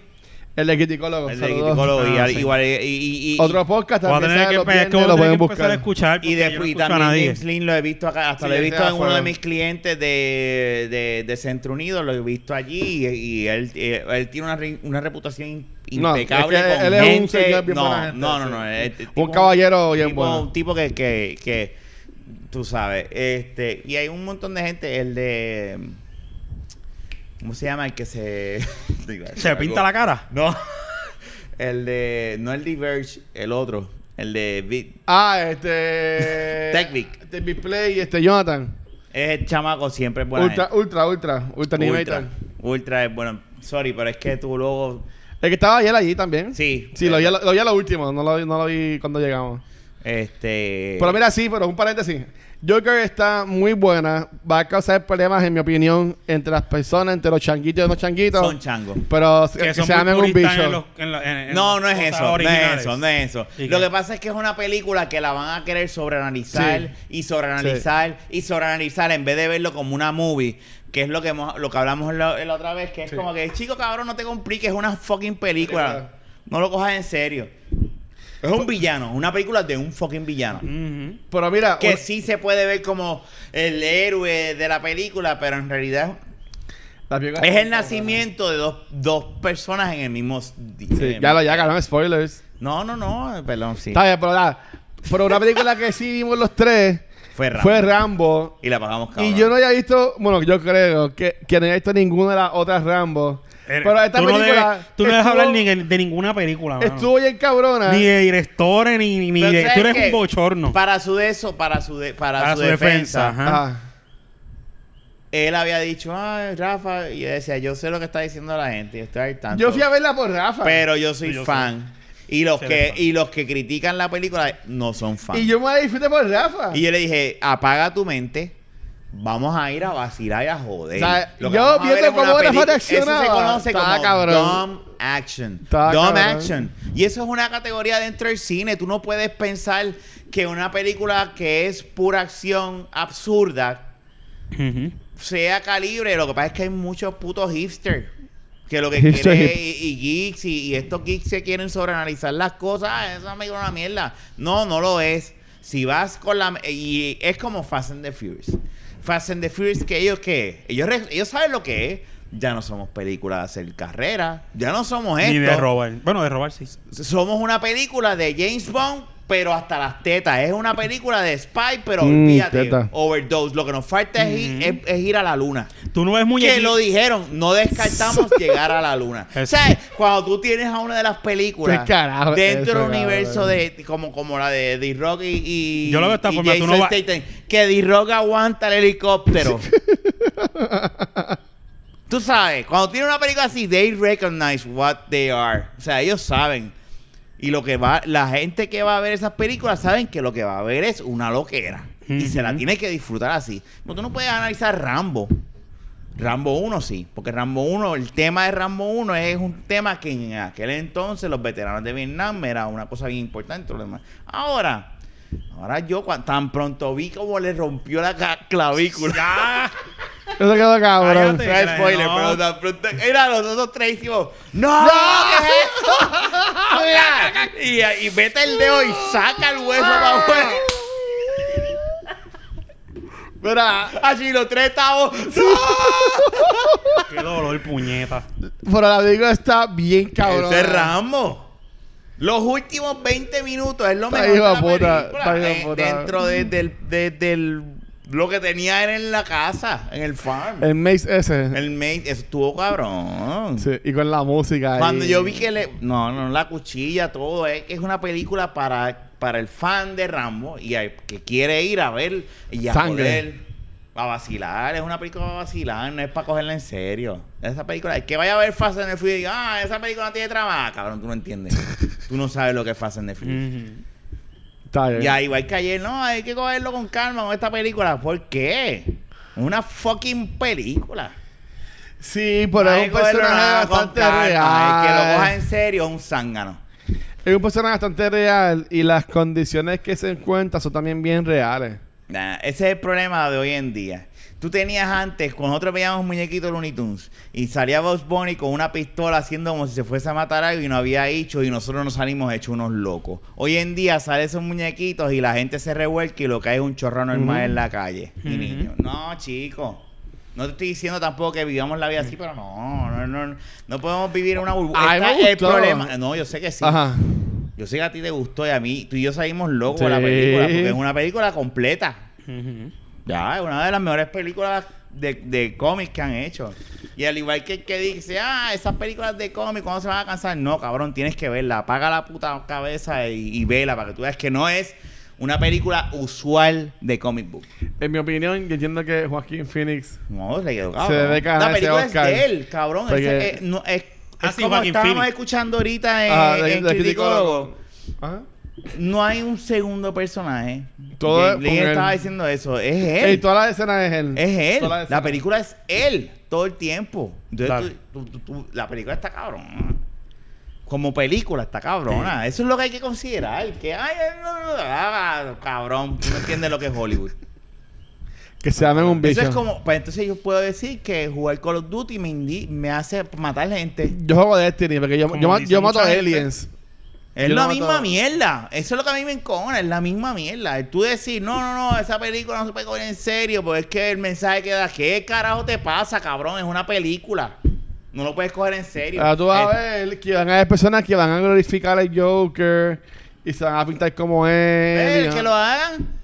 Speaker 4: El de criticólogo.
Speaker 3: El de
Speaker 4: saludos.
Speaker 3: criticólogo y
Speaker 1: Ah,
Speaker 3: al-
Speaker 1: sí.
Speaker 3: igual, y- y- y-
Speaker 4: Otro podcast
Speaker 1: Voy a
Speaker 4: también.
Speaker 1: tener
Speaker 4: sale
Speaker 1: que,
Speaker 4: los
Speaker 1: es que voy
Speaker 4: viernes,
Speaker 1: a
Speaker 4: lo
Speaker 1: tener que
Speaker 4: pueden
Speaker 1: empezar a
Speaker 4: buscar.
Speaker 1: escuchar porque
Speaker 3: Y,
Speaker 1: yo
Speaker 3: después-
Speaker 1: no
Speaker 3: y
Speaker 1: escucho a
Speaker 3: también
Speaker 1: nadie.
Speaker 3: James Lin lo he visto acá, hasta
Speaker 4: Sí,
Speaker 3: lo he
Speaker 4: ya
Speaker 3: visto
Speaker 4: está
Speaker 3: en uno de
Speaker 4: afuera.
Speaker 3: mis clientes de, de, de Centro Unido, lo he visto allí y, y él, eh, él tiene una, re- una reputación im-
Speaker 4: No,
Speaker 3: impecable
Speaker 4: es que
Speaker 3: con
Speaker 4: él es un
Speaker 3: gente.
Speaker 4: señor bien
Speaker 3: no,
Speaker 4: buena gente,
Speaker 3: no, no,
Speaker 4: sí.
Speaker 3: no, es- es
Speaker 4: Un
Speaker 3: tipo-
Speaker 4: caballero bien
Speaker 3: tipo-
Speaker 4: bueno.
Speaker 3: Un tipo que, que, que, tú sabes, este, y hay un montón de gente, el de, ¿cómo se llama? El que se...
Speaker 1: ¿Se pinta la cara?
Speaker 3: No, el de, no el Diverge, el otro, el de... Big-
Speaker 4: Ah, este.
Speaker 3: Technic.
Speaker 4: Technic Play y este Jonathan.
Speaker 3: Es el chamaco siempre es buena
Speaker 4: Ultra,
Speaker 3: gente.
Speaker 4: ultra, ultra, ultra animator.
Speaker 3: Ultra. Ultra es bueno. Sorry, pero es que tu logo.
Speaker 4: El que estaba ayer allí también.
Speaker 3: Sí.
Speaker 4: Sí, lo vi, a lo, lo vi a lo último, no lo, vi- no lo vi cuando llegamos.
Speaker 3: Este.
Speaker 4: Pero mira, sí, pero un paréntesis. Joker está muy buena. Va a causar problemas, en mi opinión, entre las personas, entre los changuitos y los changuitos.
Speaker 3: son changos.
Speaker 4: pero que,
Speaker 1: Que
Speaker 4: se
Speaker 1: son muy
Speaker 4: llamen un
Speaker 1: puristas
Speaker 4: bicho.
Speaker 1: en los- en la- en- en
Speaker 3: No, no es
Speaker 1: las
Speaker 3: eso,
Speaker 1: cosas
Speaker 3: no es
Speaker 1: originales.
Speaker 3: eso, no es eso.
Speaker 1: ¿Y
Speaker 3: Lo
Speaker 1: qué?
Speaker 3: que pasa es que es una película que la van a querer sobreanalizar
Speaker 4: Sí.
Speaker 3: y sobreanalizar y sobreanalizar en vez de verlo como una movie, que es lo que hemos- lo que hablamos la, la otra vez, que es
Speaker 4: Sí.
Speaker 3: como que chico cabrón, no te compliques, es una fucking película.
Speaker 4: Película.
Speaker 3: No lo cojas en serio. Es un villano, una película de un fucking villano.
Speaker 1: Ujú.
Speaker 4: Pero mira,
Speaker 3: que
Speaker 4: una-
Speaker 3: sí se puede ver como el héroe de la película, pero en realidad
Speaker 4: las viejas-
Speaker 3: es el nacimiento de dos, dos personas en el mismo día.
Speaker 4: Sí, ya lo ya ganaron spoilers.
Speaker 3: No, no, no, eh, perdón, sí.
Speaker 4: Está bien, pero nada. Pero una película que sí vimos los tres
Speaker 3: Fue Rambo.
Speaker 4: fue Rambo.
Speaker 3: y la pagamos cabrón.
Speaker 4: Y yo no había visto, bueno, yo creo que, que no había visto ninguna de las otras Rambo.
Speaker 1: Eres-
Speaker 4: Pero esta
Speaker 1: Eh, tú no
Speaker 4: película.
Speaker 1: debes- tú no debes
Speaker 4: estuvo-
Speaker 1: hablar ni de, de ninguna película, mano.
Speaker 4: Estuvo bien cabrona.
Speaker 1: Ni de directores, ni, ni, ni
Speaker 3: Pero
Speaker 1: de-
Speaker 3: ¿sabes
Speaker 1: Tú eres
Speaker 3: qué?
Speaker 1: un bochorno.
Speaker 3: Para su de eso, para su, de- para
Speaker 1: Para
Speaker 3: su,
Speaker 1: su defensa,
Speaker 3: defensa,
Speaker 1: ajá.
Speaker 4: Ajá.
Speaker 3: él había dicho, ay, Rafa, y yo decía, yo sé lo que está diciendo la gente, yo estoy al tanto.
Speaker 4: Yo fui a verla por Rafa.
Speaker 3: Pero yo soy
Speaker 1: Yo
Speaker 3: fan. Y los,
Speaker 1: Se
Speaker 3: que,
Speaker 1: ve fan.
Speaker 3: y los que critican la película no son fans.
Speaker 4: y yo me la disfruté por Rafa.
Speaker 3: Y yo le dije, apaga tu mente. Vamos a ir a vacilar y a joder.
Speaker 4: O sea,
Speaker 3: Lo que
Speaker 4: yo
Speaker 3: vamos a ver
Speaker 4: viendo
Speaker 3: es una
Speaker 4: cómo Rafa
Speaker 3: película- Eso
Speaker 4: reaccionaba,
Speaker 3: se conoce
Speaker 4: estaba
Speaker 3: como
Speaker 4: cabrón.
Speaker 3: dumb action.
Speaker 4: Estaba
Speaker 3: dumb
Speaker 4: cabrón.
Speaker 3: action. Y eso es una categoría dentro del cine. Tú no puedes pensar que una película que es pura acción absurda
Speaker 1: Ujú.
Speaker 3: sea calibre. Lo que pasa es que hay muchos putos hipsters. Que lo que
Speaker 4: Hipster,
Speaker 3: quieren y, y geeks y, y estos geeks se quieren sobreanalizar las cosas. Ah, Eso me una mierda. No, no lo es. Si vas con la... Y es como Fast and the Furious. Fast and the Furious, que ellos qué? Ellos, re- ellos saben lo que es. Ya no somos películas de hacer carrera. Ya no somos esto.
Speaker 1: Ni de robar. Bueno, de robar sí.
Speaker 3: Somos una película de James Bond, pero hasta las tetas. Es una película de Spy, pero
Speaker 4: Mm,
Speaker 3: olvídate.
Speaker 4: teta.
Speaker 3: Overdose. Lo que nos falta es, ir, es- es ir a la luna.
Speaker 1: Tú no ves
Speaker 3: Que lo
Speaker 1: muñequitos.
Speaker 3: dijeron, no descartamos llegar a la luna.
Speaker 1: Eso.
Speaker 3: ¿Sabes? Cuando tú tienes a una de las películas
Speaker 1: Pues
Speaker 4: Qué carajo
Speaker 3: dentro del
Speaker 4: eso,
Speaker 3: universo
Speaker 4: cabrón.
Speaker 3: de como, como la de D-Rock y, y-
Speaker 1: Yo lo veo de esta
Speaker 3: y
Speaker 1: forma, tú
Speaker 3: Jason
Speaker 1: no vas-
Speaker 3: Statham, que D-Rock aguanta el helicóptero. tú sabes, cuando tienes una película así, they recognize what they are. O sea, ellos saben. Y lo que va, la gente que va a ver esas películas saben que lo que va a ver es una loquera. Y se la
Speaker 1: Ujú.
Speaker 3: tiene que disfrutar así. Pero tú no puedes analizar Rambo. Rambo 1 sí, porque Rambo 1, el tema de Rambo 1 es un tema que en aquel entonces los veteranos de Vietnam era una cosa bien importante. lo demás. Ahora, ahora yo cua- tan pronto vi como le rompió la ca- clavícula.
Speaker 4: Eso quedó cabrón.
Speaker 1: Cállate.
Speaker 3: No es spoiler,
Speaker 1: No.
Speaker 3: pero tan pronto. Mira, nosotros tres hicimos. ¡No! ¿Qué es
Speaker 4: Ah,
Speaker 3: esto? Mira, y, y mete el dedo y saca el hueso para afuera. Mira, así los tres estamos.
Speaker 1: Qué dolor, puñeta.
Speaker 4: Pero la película está bien cabrón.
Speaker 3: Ese es Rambo. Los últimos 20 minutos es lo
Speaker 4: Está
Speaker 3: mejor.
Speaker 4: hijo de
Speaker 3: de la
Speaker 4: puta,
Speaker 3: película.
Speaker 4: está hijo de
Speaker 3: Eh,
Speaker 4: puta.
Speaker 3: Dentro de- del, de- del- lo que tenía él en la casa, en el farm.
Speaker 4: El Maze ese.
Speaker 3: El mate, eso estuvo cabrón.
Speaker 4: Eh. Sí, y con la música.
Speaker 3: Cuando
Speaker 4: y-
Speaker 3: yo vi que le. No, no, la cuchilla, todo. Es que es una película para, para el fan de Rambo y al que quiere ir a ver y a
Speaker 4: Sangre.
Speaker 3: joder, A vacilar. Es una película para vacilar, no es para cogerla en serio. Esa película. El que vaya a ver Fast and the Furious y diga, ah, esa película no tiene trama. Cabrón, tú no entiendes. tú no sabes lo que es Fast and the Furious.
Speaker 1: Ujú.
Speaker 4: Está bien.
Speaker 3: Y ahí va el que ayer, no, hay que cogerlo con calma con esta película. ¿Por qué? Una fucking película.
Speaker 4: Sí, pero
Speaker 3: Hay
Speaker 4: es un
Speaker 3: que cogerlo nada
Speaker 4: personaje
Speaker 3: con
Speaker 4: bastante
Speaker 3: calma. El que lo coja
Speaker 4: real.
Speaker 3: en serio es un zángano.
Speaker 4: Es un personaje bastante real y las condiciones que se encuentran son también bien reales.
Speaker 3: Nah, ese es el problema de hoy en día. Tú tenías antes, cuando nosotros veíamos muñequitos Looney Tunes, y salía Bugs Bunny con una pistola haciendo como si se fuese a matar a algo y no había hecho, y nosotros nos salimos hechos unos locos. Hoy en día salen esos muñequitos y la gente se revuelca y lo que hay es un chorro normal en la calle. Y
Speaker 1: Ujú.
Speaker 3: niños, no, chico. No te estoy diciendo tampoco que vivamos la vida así, pero no, no, no, no podemos vivir en una burbuja.
Speaker 4: Ay, me
Speaker 3: Este es el
Speaker 4: gustó.
Speaker 3: problema. No, yo sé que sí.
Speaker 4: Ajá.
Speaker 3: Yo sé que a ti te gustó y a mí, tú y yo salimos locos con la
Speaker 4: Sí.
Speaker 3: película, porque es una película completa.
Speaker 1: Ujú.
Speaker 3: Ya, es una de las mejores películas de, de cómics que han hecho. Y al igual que el que dice, ah, esas películas de cómics, ¿cuándo se van a cansar? No, cabrón, tienes que verla. Apaga la puta cabeza y, y vela para que tú veas que no es una película usual de comic book.
Speaker 4: En mi opinión, yo entiendo que Joaquín Phoenix.
Speaker 3: No, le quedó
Speaker 4: Se
Speaker 3: cabrón.
Speaker 4: debe cagar
Speaker 3: la
Speaker 4: ese
Speaker 3: película es
Speaker 4: Oscar.
Speaker 3: de él, cabrón. Ese-
Speaker 4: Porque-
Speaker 3: eh, no, es es
Speaker 1: Ah, sí,
Speaker 3: como
Speaker 1: Joaquin
Speaker 3: estábamos
Speaker 1: Phoenix.
Speaker 3: escuchando ahorita en,
Speaker 4: Ajá, de-
Speaker 3: en
Speaker 4: de
Speaker 3: Criticólogo.
Speaker 4: criticólogo. Ajá.
Speaker 3: No hay un segundo personaje.
Speaker 4: Todo
Speaker 3: Jake
Speaker 4: es
Speaker 3: Lee
Speaker 4: con
Speaker 3: estaba
Speaker 4: él.
Speaker 3: diciendo eso. Es él.
Speaker 4: Ey, todas las escenas es él.
Speaker 3: Es él.
Speaker 4: Todas las
Speaker 3: La,
Speaker 4: escenas.
Speaker 3: película es él todo el tiempo.
Speaker 1: Dale.
Speaker 3: Entonces, tú- tú- tú- tú- la película está cabrona. Como película está cabrona. Eso es lo que hay que considerar. Que, ay, no, no, no, ah, cabrón, tú no entiendes lo que es Hollywood.
Speaker 4: Que se llamen un bicho.
Speaker 3: Eso es como, pues entonces yo puedo decir que jugar Call of Duty me, indi- me hace matar gente.
Speaker 4: Yo juego Destiny porque yo,
Speaker 1: Como
Speaker 4: yo, ma-
Speaker 1: dice
Speaker 4: yo mato
Speaker 1: mucha gente.
Speaker 4: aliens.
Speaker 3: Es
Speaker 4: Yo
Speaker 3: la
Speaker 4: no
Speaker 3: misma
Speaker 4: mato-
Speaker 3: mierda. Eso es lo que a mí me encona, es la misma mierda. El tú decir, no, no, no, esa película no se puede coger en serio, porque es que el mensaje que da, ¿qué carajo te pasa, cabrón? Es una película. No lo puedes coger en serio.
Speaker 4: Ahora Ah, tú vas
Speaker 3: Eh,
Speaker 4: a ver que van a haber personas que van a glorificar al Joker y se van a pintar como él.
Speaker 3: eh,
Speaker 4: y no-
Speaker 3: que lo hagan.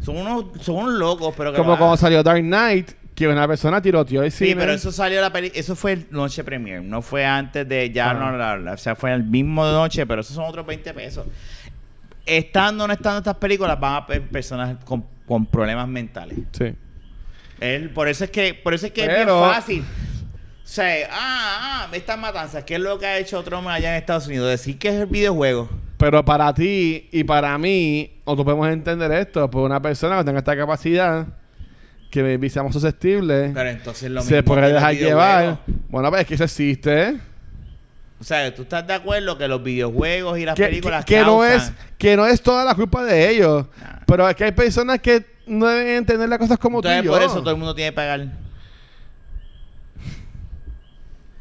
Speaker 3: Son unos, son unos locos, pero que
Speaker 4: Como
Speaker 3: lo
Speaker 4: cuando
Speaker 3: hagan.
Speaker 4: salió Dark Knight, que una persona tiroteó el
Speaker 3: Sí,
Speaker 4: cine.
Speaker 3: pero eso salió la peli, eso fue el noche premier, no fue antes de ya,
Speaker 4: Ah.
Speaker 3: no, la, la- o sea, fue el mismo noche, pero esos son otros 20 pesos. Estando o no estando estas películas, van a haber personas con- con problemas mentales.
Speaker 4: Sí.
Speaker 3: Él, por eso es que, por eso es que es
Speaker 4: Pero-
Speaker 3: bien fácil. O sea, ah, ah, estas matanzas, ¿qué es lo que ha hecho Trump allá en Estados Unidos? Decir que es el videojuego.
Speaker 4: Pero para ti y para mí, nosotros podemos entender esto, pues una persona que tenga esta capacidad, que maybe seamos susceptibles,
Speaker 3: Pero entonces lo mismo.
Speaker 4: se puede
Speaker 3: que los
Speaker 4: dejar llevar.
Speaker 3: videojuegos.
Speaker 4: Bueno, pues es que eso existe.
Speaker 3: O sea, ¿tú estás de acuerdo que los videojuegos y las
Speaker 4: Que,
Speaker 3: películas
Speaker 4: que- que no es,
Speaker 3: causan-
Speaker 4: que no es toda la culpa de ellos.
Speaker 3: Nah.
Speaker 4: Pero es que hay personas que no deben entender las cosas como
Speaker 3: Entonces
Speaker 4: tú y yo.
Speaker 3: por eso todo el mundo tiene que pagar.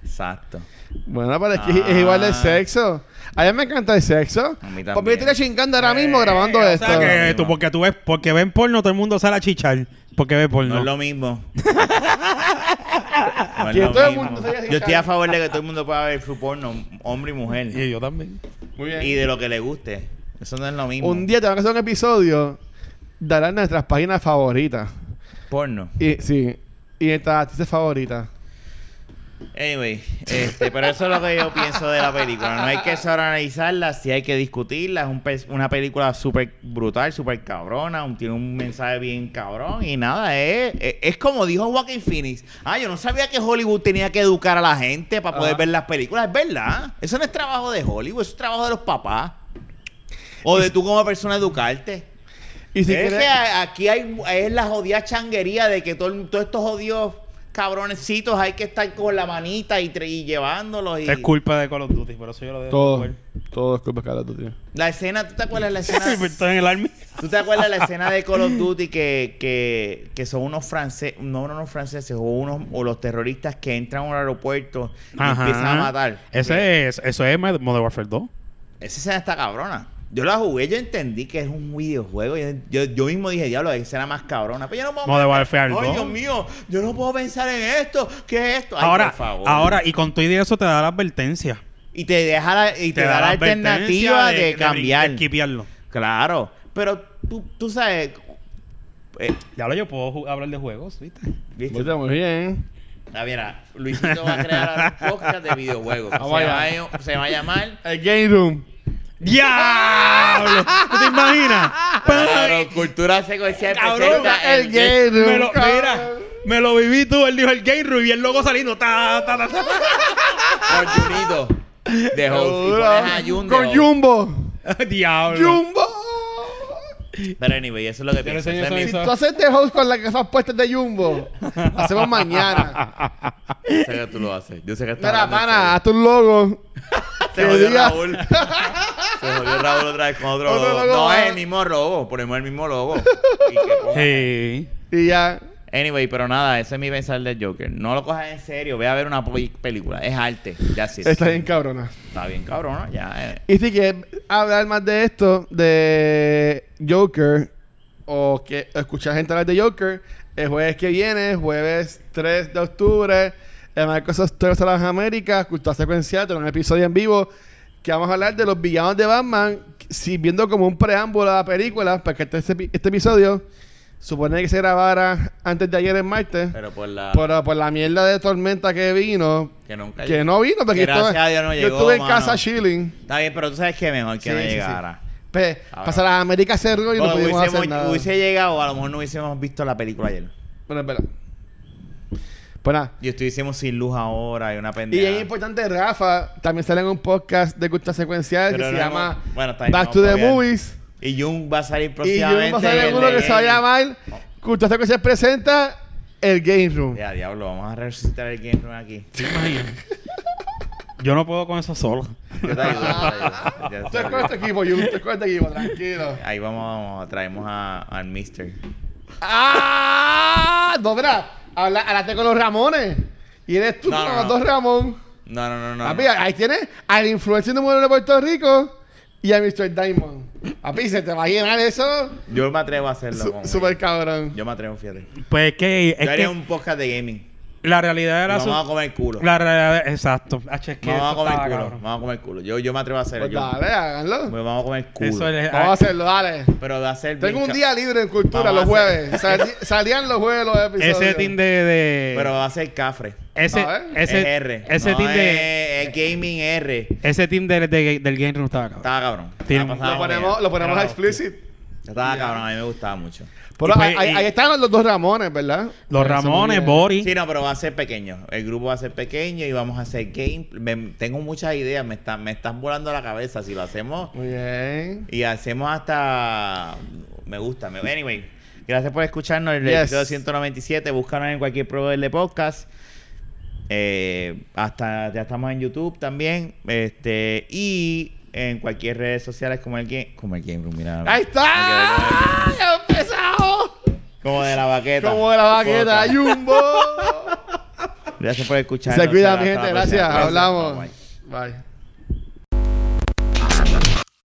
Speaker 3: Exacto.
Speaker 4: Bueno, pero es que es
Speaker 3: Ah.
Speaker 4: igual el sexo. A mí me encanta el sexo.
Speaker 3: A mí
Speaker 4: Pues me
Speaker 3: también.
Speaker 4: estoy chingando ahora mismo
Speaker 1: Eh,
Speaker 4: grabando
Speaker 1: o sea
Speaker 4: esto.
Speaker 1: que tú- porque tú ves, porque ven porno, todo el mundo sale a chichar. Porque ve
Speaker 3: No,
Speaker 1: porno.
Speaker 3: es lo mismo. No es
Speaker 4: Que
Speaker 3: lo
Speaker 4: todo el
Speaker 3: mismo.
Speaker 4: mundo se haya
Speaker 3: Yo estoy a favor de que todo el mundo pueda ver su porno, hombre y mujer.
Speaker 1: Y yo también.
Speaker 4: Muy bien.
Speaker 3: y de lo que le guste. Eso no es lo mismo.
Speaker 4: Un día te van a hacer un episodio de hablar de nuestras páginas favoritas.
Speaker 3: porno.
Speaker 4: Y, sí. Y nuestras artistas favoritas.
Speaker 3: Anyway, este, pero eso es lo que yo pienso de la película. No hay que sobreanalizarla, sí hay que discutirla. Es un pe- una película súper brutal, súper cabrona. un- tiene un mensaje bien cabrón. Y nada, es, es, es como dijo Joaquin Phoenix. Ah, yo no sabía que Hollywood tenía que educar a la gente para poder
Speaker 4: Ajá.
Speaker 3: ver las películas. Es verdad. Eso no es trabajo de Hollywood, eso es trabajo de los papás. O de tú como persona educarte.
Speaker 4: Y si
Speaker 3: es
Speaker 4: quieres.
Speaker 3: que a- aquí hay es la jodida changuería de que todo el- todos estos jodidos cabronecitos hay que estar con la manita y, tre- y llevándolos. Y...
Speaker 1: Es culpa de Call of Duty, por eso yo lo dejo.
Speaker 4: Todo,
Speaker 1: jugar.
Speaker 4: todo es culpa de Call of Duty.
Speaker 3: La escena, ¿tú te acuerdas la escena?
Speaker 1: Estoy en el army.
Speaker 3: ¿Tú te acuerdas la escena de Call of Duty que, que, que son unos franceses, no, no unos franceses, o unos o los terroristas que entran a un aeropuerto y
Speaker 1: Ajá.
Speaker 3: empiezan a matar?
Speaker 1: Ese es, eso es Modern Warfare 2.
Speaker 3: Esa escena está cabrona. Yo la jugué, yo entendí que es un videojuego. Yo, yo, yo mismo dije, diablo, la escena más cabrona. Pero yo no puedo.
Speaker 1: Modern Warfare 2.
Speaker 3: Ay, Dios mío, yo no puedo pensar en esto. ¿Qué es esto? Ay,
Speaker 1: ahora,
Speaker 3: por favor.
Speaker 1: ahora, y con tu idea eso te da la advertencia.
Speaker 3: Y te deja la, y te, da, la
Speaker 1: advertencia
Speaker 3: alternativa de, cambiar.
Speaker 1: De skipearlo.
Speaker 3: claro. Pero tú, tú sabes. eh,
Speaker 1: Ya lo yo puedo ju- hablar de juegos, ¿viste?
Speaker 3: ¿viste?
Speaker 4: Viste, muy Pues, bien.
Speaker 3: Ah, mira, Luisito va a crear ahora un podcast de videojuegos. Se
Speaker 4: Vamos allá.
Speaker 3: va, a, se va a llamar
Speaker 4: El Game Room.
Speaker 1: ¡Diablo! ¿Tú te imaginas?
Speaker 3: Cabrón, Cultura Secuencial
Speaker 1: Cabrón,
Speaker 3: presenta
Speaker 4: el Game Room.
Speaker 1: me lo, mira,
Speaker 4: cabrón.
Speaker 1: me lo viví tú, él dijo el Game Room y el logo saliendo. Ta, ta, ta, ta.
Speaker 3: Con Junito. De host. Y
Speaker 4: Seguro.
Speaker 3: pones a Jun de
Speaker 4: Con
Speaker 3: host.
Speaker 4: Jumbo.
Speaker 1: Diablo.
Speaker 4: ¡Jumbo!
Speaker 3: Pero anyway, eso es lo que
Speaker 1: le
Speaker 3: pienso.
Speaker 1: enseño
Speaker 3: Ese
Speaker 1: eso
Speaker 3: es
Speaker 1: a
Speaker 3: mi-
Speaker 4: Si tú haces de host con las esas puestas de Jumbo, hacemos mañana.
Speaker 3: Yo sé que tú lo haces. Yo sé que estás
Speaker 4: Mira,
Speaker 3: hablando en
Speaker 4: pana, haz un logo.
Speaker 3: serio. Se
Speaker 4: que
Speaker 3: jodió
Speaker 4: diga-
Speaker 3: Raúl. Se jodió Raúl otra vez con otro,
Speaker 4: Otro
Speaker 3: logo.
Speaker 4: logo
Speaker 3: No,
Speaker 4: más.
Speaker 3: es el mismo logo. Ponemos el mismo logo. Y que ponga-
Speaker 1: Sí.
Speaker 4: Y ya.
Speaker 3: Anyway, pero nada, ese es mi pensar del Joker. No lo cojas en serio. Ve a ver una poli- película. Es arte. Ya sí.
Speaker 4: Está bien, cabrona.
Speaker 3: Está bien, cabrón. ¿no? Ya. eh.
Speaker 4: Y si quieres hablar más de esto, de Joker, o que escuchar gente hablar de Joker, el jueves que viene, jueves 3 de octubre, en Microsoft Studios de las Américas, Cultura Secuencial, tenemos un episodio en vivo que vamos a hablar de los villanos de Batman, sirviendo como un preámbulo a la película, porque este, este, este episodio supone que se grabara antes de ayer en martes,
Speaker 3: Pero por la.
Speaker 4: pero por la mierda de tormenta que vino,
Speaker 3: Que nunca
Speaker 4: que no vino, porque yo
Speaker 3: Gracias a
Speaker 4: estuve,
Speaker 3: Dios no
Speaker 4: yo
Speaker 3: llegó,
Speaker 4: estuve en
Speaker 3: mano.
Speaker 4: casa chilling.
Speaker 3: Está bien, pero tú sabes que mejor que
Speaker 4: Sí,
Speaker 3: no
Speaker 4: sí, sí.
Speaker 3: llegara.
Speaker 4: Pe,
Speaker 3: Cabrón.
Speaker 4: pasar a América cerró y no
Speaker 3: Bueno,
Speaker 4: pudimos
Speaker 3: hubiésemos,
Speaker 4: hacer nada.
Speaker 3: hubiese llegado, a lo mejor no hubiésemos visto la película ayer.
Speaker 4: Bueno, espera. Pues nada.
Speaker 3: Y estuviésemos sin luz ahora y una pendeja.
Speaker 4: Y pues, es importante, Rafa, también sale en un podcast de cultura secuencial
Speaker 3: Pero
Speaker 4: que
Speaker 3: no
Speaker 4: se
Speaker 3: hemos-
Speaker 4: llama
Speaker 3: bueno, está bien,
Speaker 4: Back
Speaker 3: no
Speaker 4: to the
Speaker 3: podía.
Speaker 4: Movies.
Speaker 3: Y Jun va a salir
Speaker 4: Y yo
Speaker 3: próximamente.
Speaker 4: voy a pasar
Speaker 3: en el
Speaker 4: alguno que
Speaker 3: de
Speaker 4: se va a
Speaker 3: Game.
Speaker 4: llamar Cultura Secuencial presenta El Game Room.
Speaker 3: Ya, diablo, vamos a resucitar el Game Room aquí.
Speaker 1: ¿Te imaginas? Yo no puedo con eso solo.
Speaker 3: Yo te ayudo, yo te ayudo. Ya te
Speaker 4: Estoy con
Speaker 3: ayudo.
Speaker 4: este equipo, Jun. Estoy con este equipo, tranquilo.
Speaker 3: Ahí vamos, vamos, traemos a, al Mister.
Speaker 4: ¡Ah! No, espera. Habla, hablaste con los Ramones. Y eres tú
Speaker 3: No,
Speaker 4: con
Speaker 3: no,
Speaker 4: los
Speaker 3: no.
Speaker 4: dos Ramón.
Speaker 3: No, no, no, no.
Speaker 4: Papi, ahí tienes al influencer número uno de Puerto Rico y a Mr. Diamond. Papi, se te va a llenar eso.
Speaker 3: Yo me atrevo a hacerlo.
Speaker 4: Su-
Speaker 3: con-
Speaker 4: Súper cabrón.
Speaker 3: Yo me atrevo, fíjate.
Speaker 1: Pues es que, es
Speaker 3: Yo haría
Speaker 1: que
Speaker 3: un podcast de gaming.
Speaker 1: la realidad de la
Speaker 3: Nos vamos a comer culo.
Speaker 1: La realidad, exacto. Ah, che, es que
Speaker 3: Vamos a
Speaker 1: eso
Speaker 3: comer
Speaker 1: estaba
Speaker 3: culo.
Speaker 1: cabrón.
Speaker 3: Vamos a comer culo. Yo, yo me atrevo a hacerlo.
Speaker 4: Pues
Speaker 3: Yo,
Speaker 4: dale, háganlo.
Speaker 3: Pues vamos a comer culo.
Speaker 1: Eso es- ah,
Speaker 4: Vamos a hacerlo, dale.
Speaker 3: Pero de hacer
Speaker 4: Tengo
Speaker 3: bien
Speaker 4: un
Speaker 3: ca-
Speaker 4: día libre en cultura
Speaker 3: ah, Vamos
Speaker 4: los
Speaker 3: a hacer-
Speaker 4: jueves. Sali- salían los jueves los episodios.
Speaker 1: ese team de, de-
Speaker 3: Pero va a ser cafre.
Speaker 1: ese,
Speaker 4: A ver.
Speaker 3: es
Speaker 1: ese,
Speaker 3: R.
Speaker 1: ese
Speaker 3: no
Speaker 1: team de,
Speaker 3: Es, es gaming R.
Speaker 1: ese team de- de- del game room estaba cabrón.
Speaker 3: Estaba cabrón.
Speaker 1: Tiene
Speaker 3: Estaba
Speaker 1: un-
Speaker 3: pasado
Speaker 4: Lo ponemos,
Speaker 3: mierda.
Speaker 4: lo ponemos a
Speaker 1: Claro,
Speaker 4: explicit.
Speaker 3: Estaba cabrón. A mí me gustaba mucho.
Speaker 4: Pero
Speaker 1: Y pues,
Speaker 4: ahí,
Speaker 1: y-
Speaker 4: ahí están los dos Ramones, ¿verdad?
Speaker 1: Los
Speaker 4: Eso
Speaker 1: Ramones,
Speaker 4: muy bien.
Speaker 1: Boris.
Speaker 3: Sí, no, pero va a ser pequeño. El grupo va a ser pequeño y vamos a hacer game. me- tengo muchas ideas. Me, están me están volando la cabeza. Si lo hacemos.
Speaker 4: Muy bien.
Speaker 3: Y hacemos hasta. Me gusta. me- Anyway, gracias por escucharnos. El
Speaker 4: Yes.
Speaker 3: episodio 197. Búscanos en cualquier proveedor de podcast. Eh, hasta ya estamos en YouTube también. Este, y en cualquier redes sociales como el Game, como el Game Room, mira.
Speaker 4: ¡Ahí está! ¡Ya empezamos!
Speaker 3: Como de la baqueta.
Speaker 4: Como de la vaqueta, Jumbo.
Speaker 3: Gracias por escucharnos.
Speaker 4: Se cuida,
Speaker 3: Hasta
Speaker 4: mi
Speaker 3: la
Speaker 4: gente.
Speaker 3: próxima.
Speaker 4: Gracias.
Speaker 3: pues, Gracias. pues,
Speaker 4: Hablamos.
Speaker 3: Bye, bye.
Speaker 4: Bye.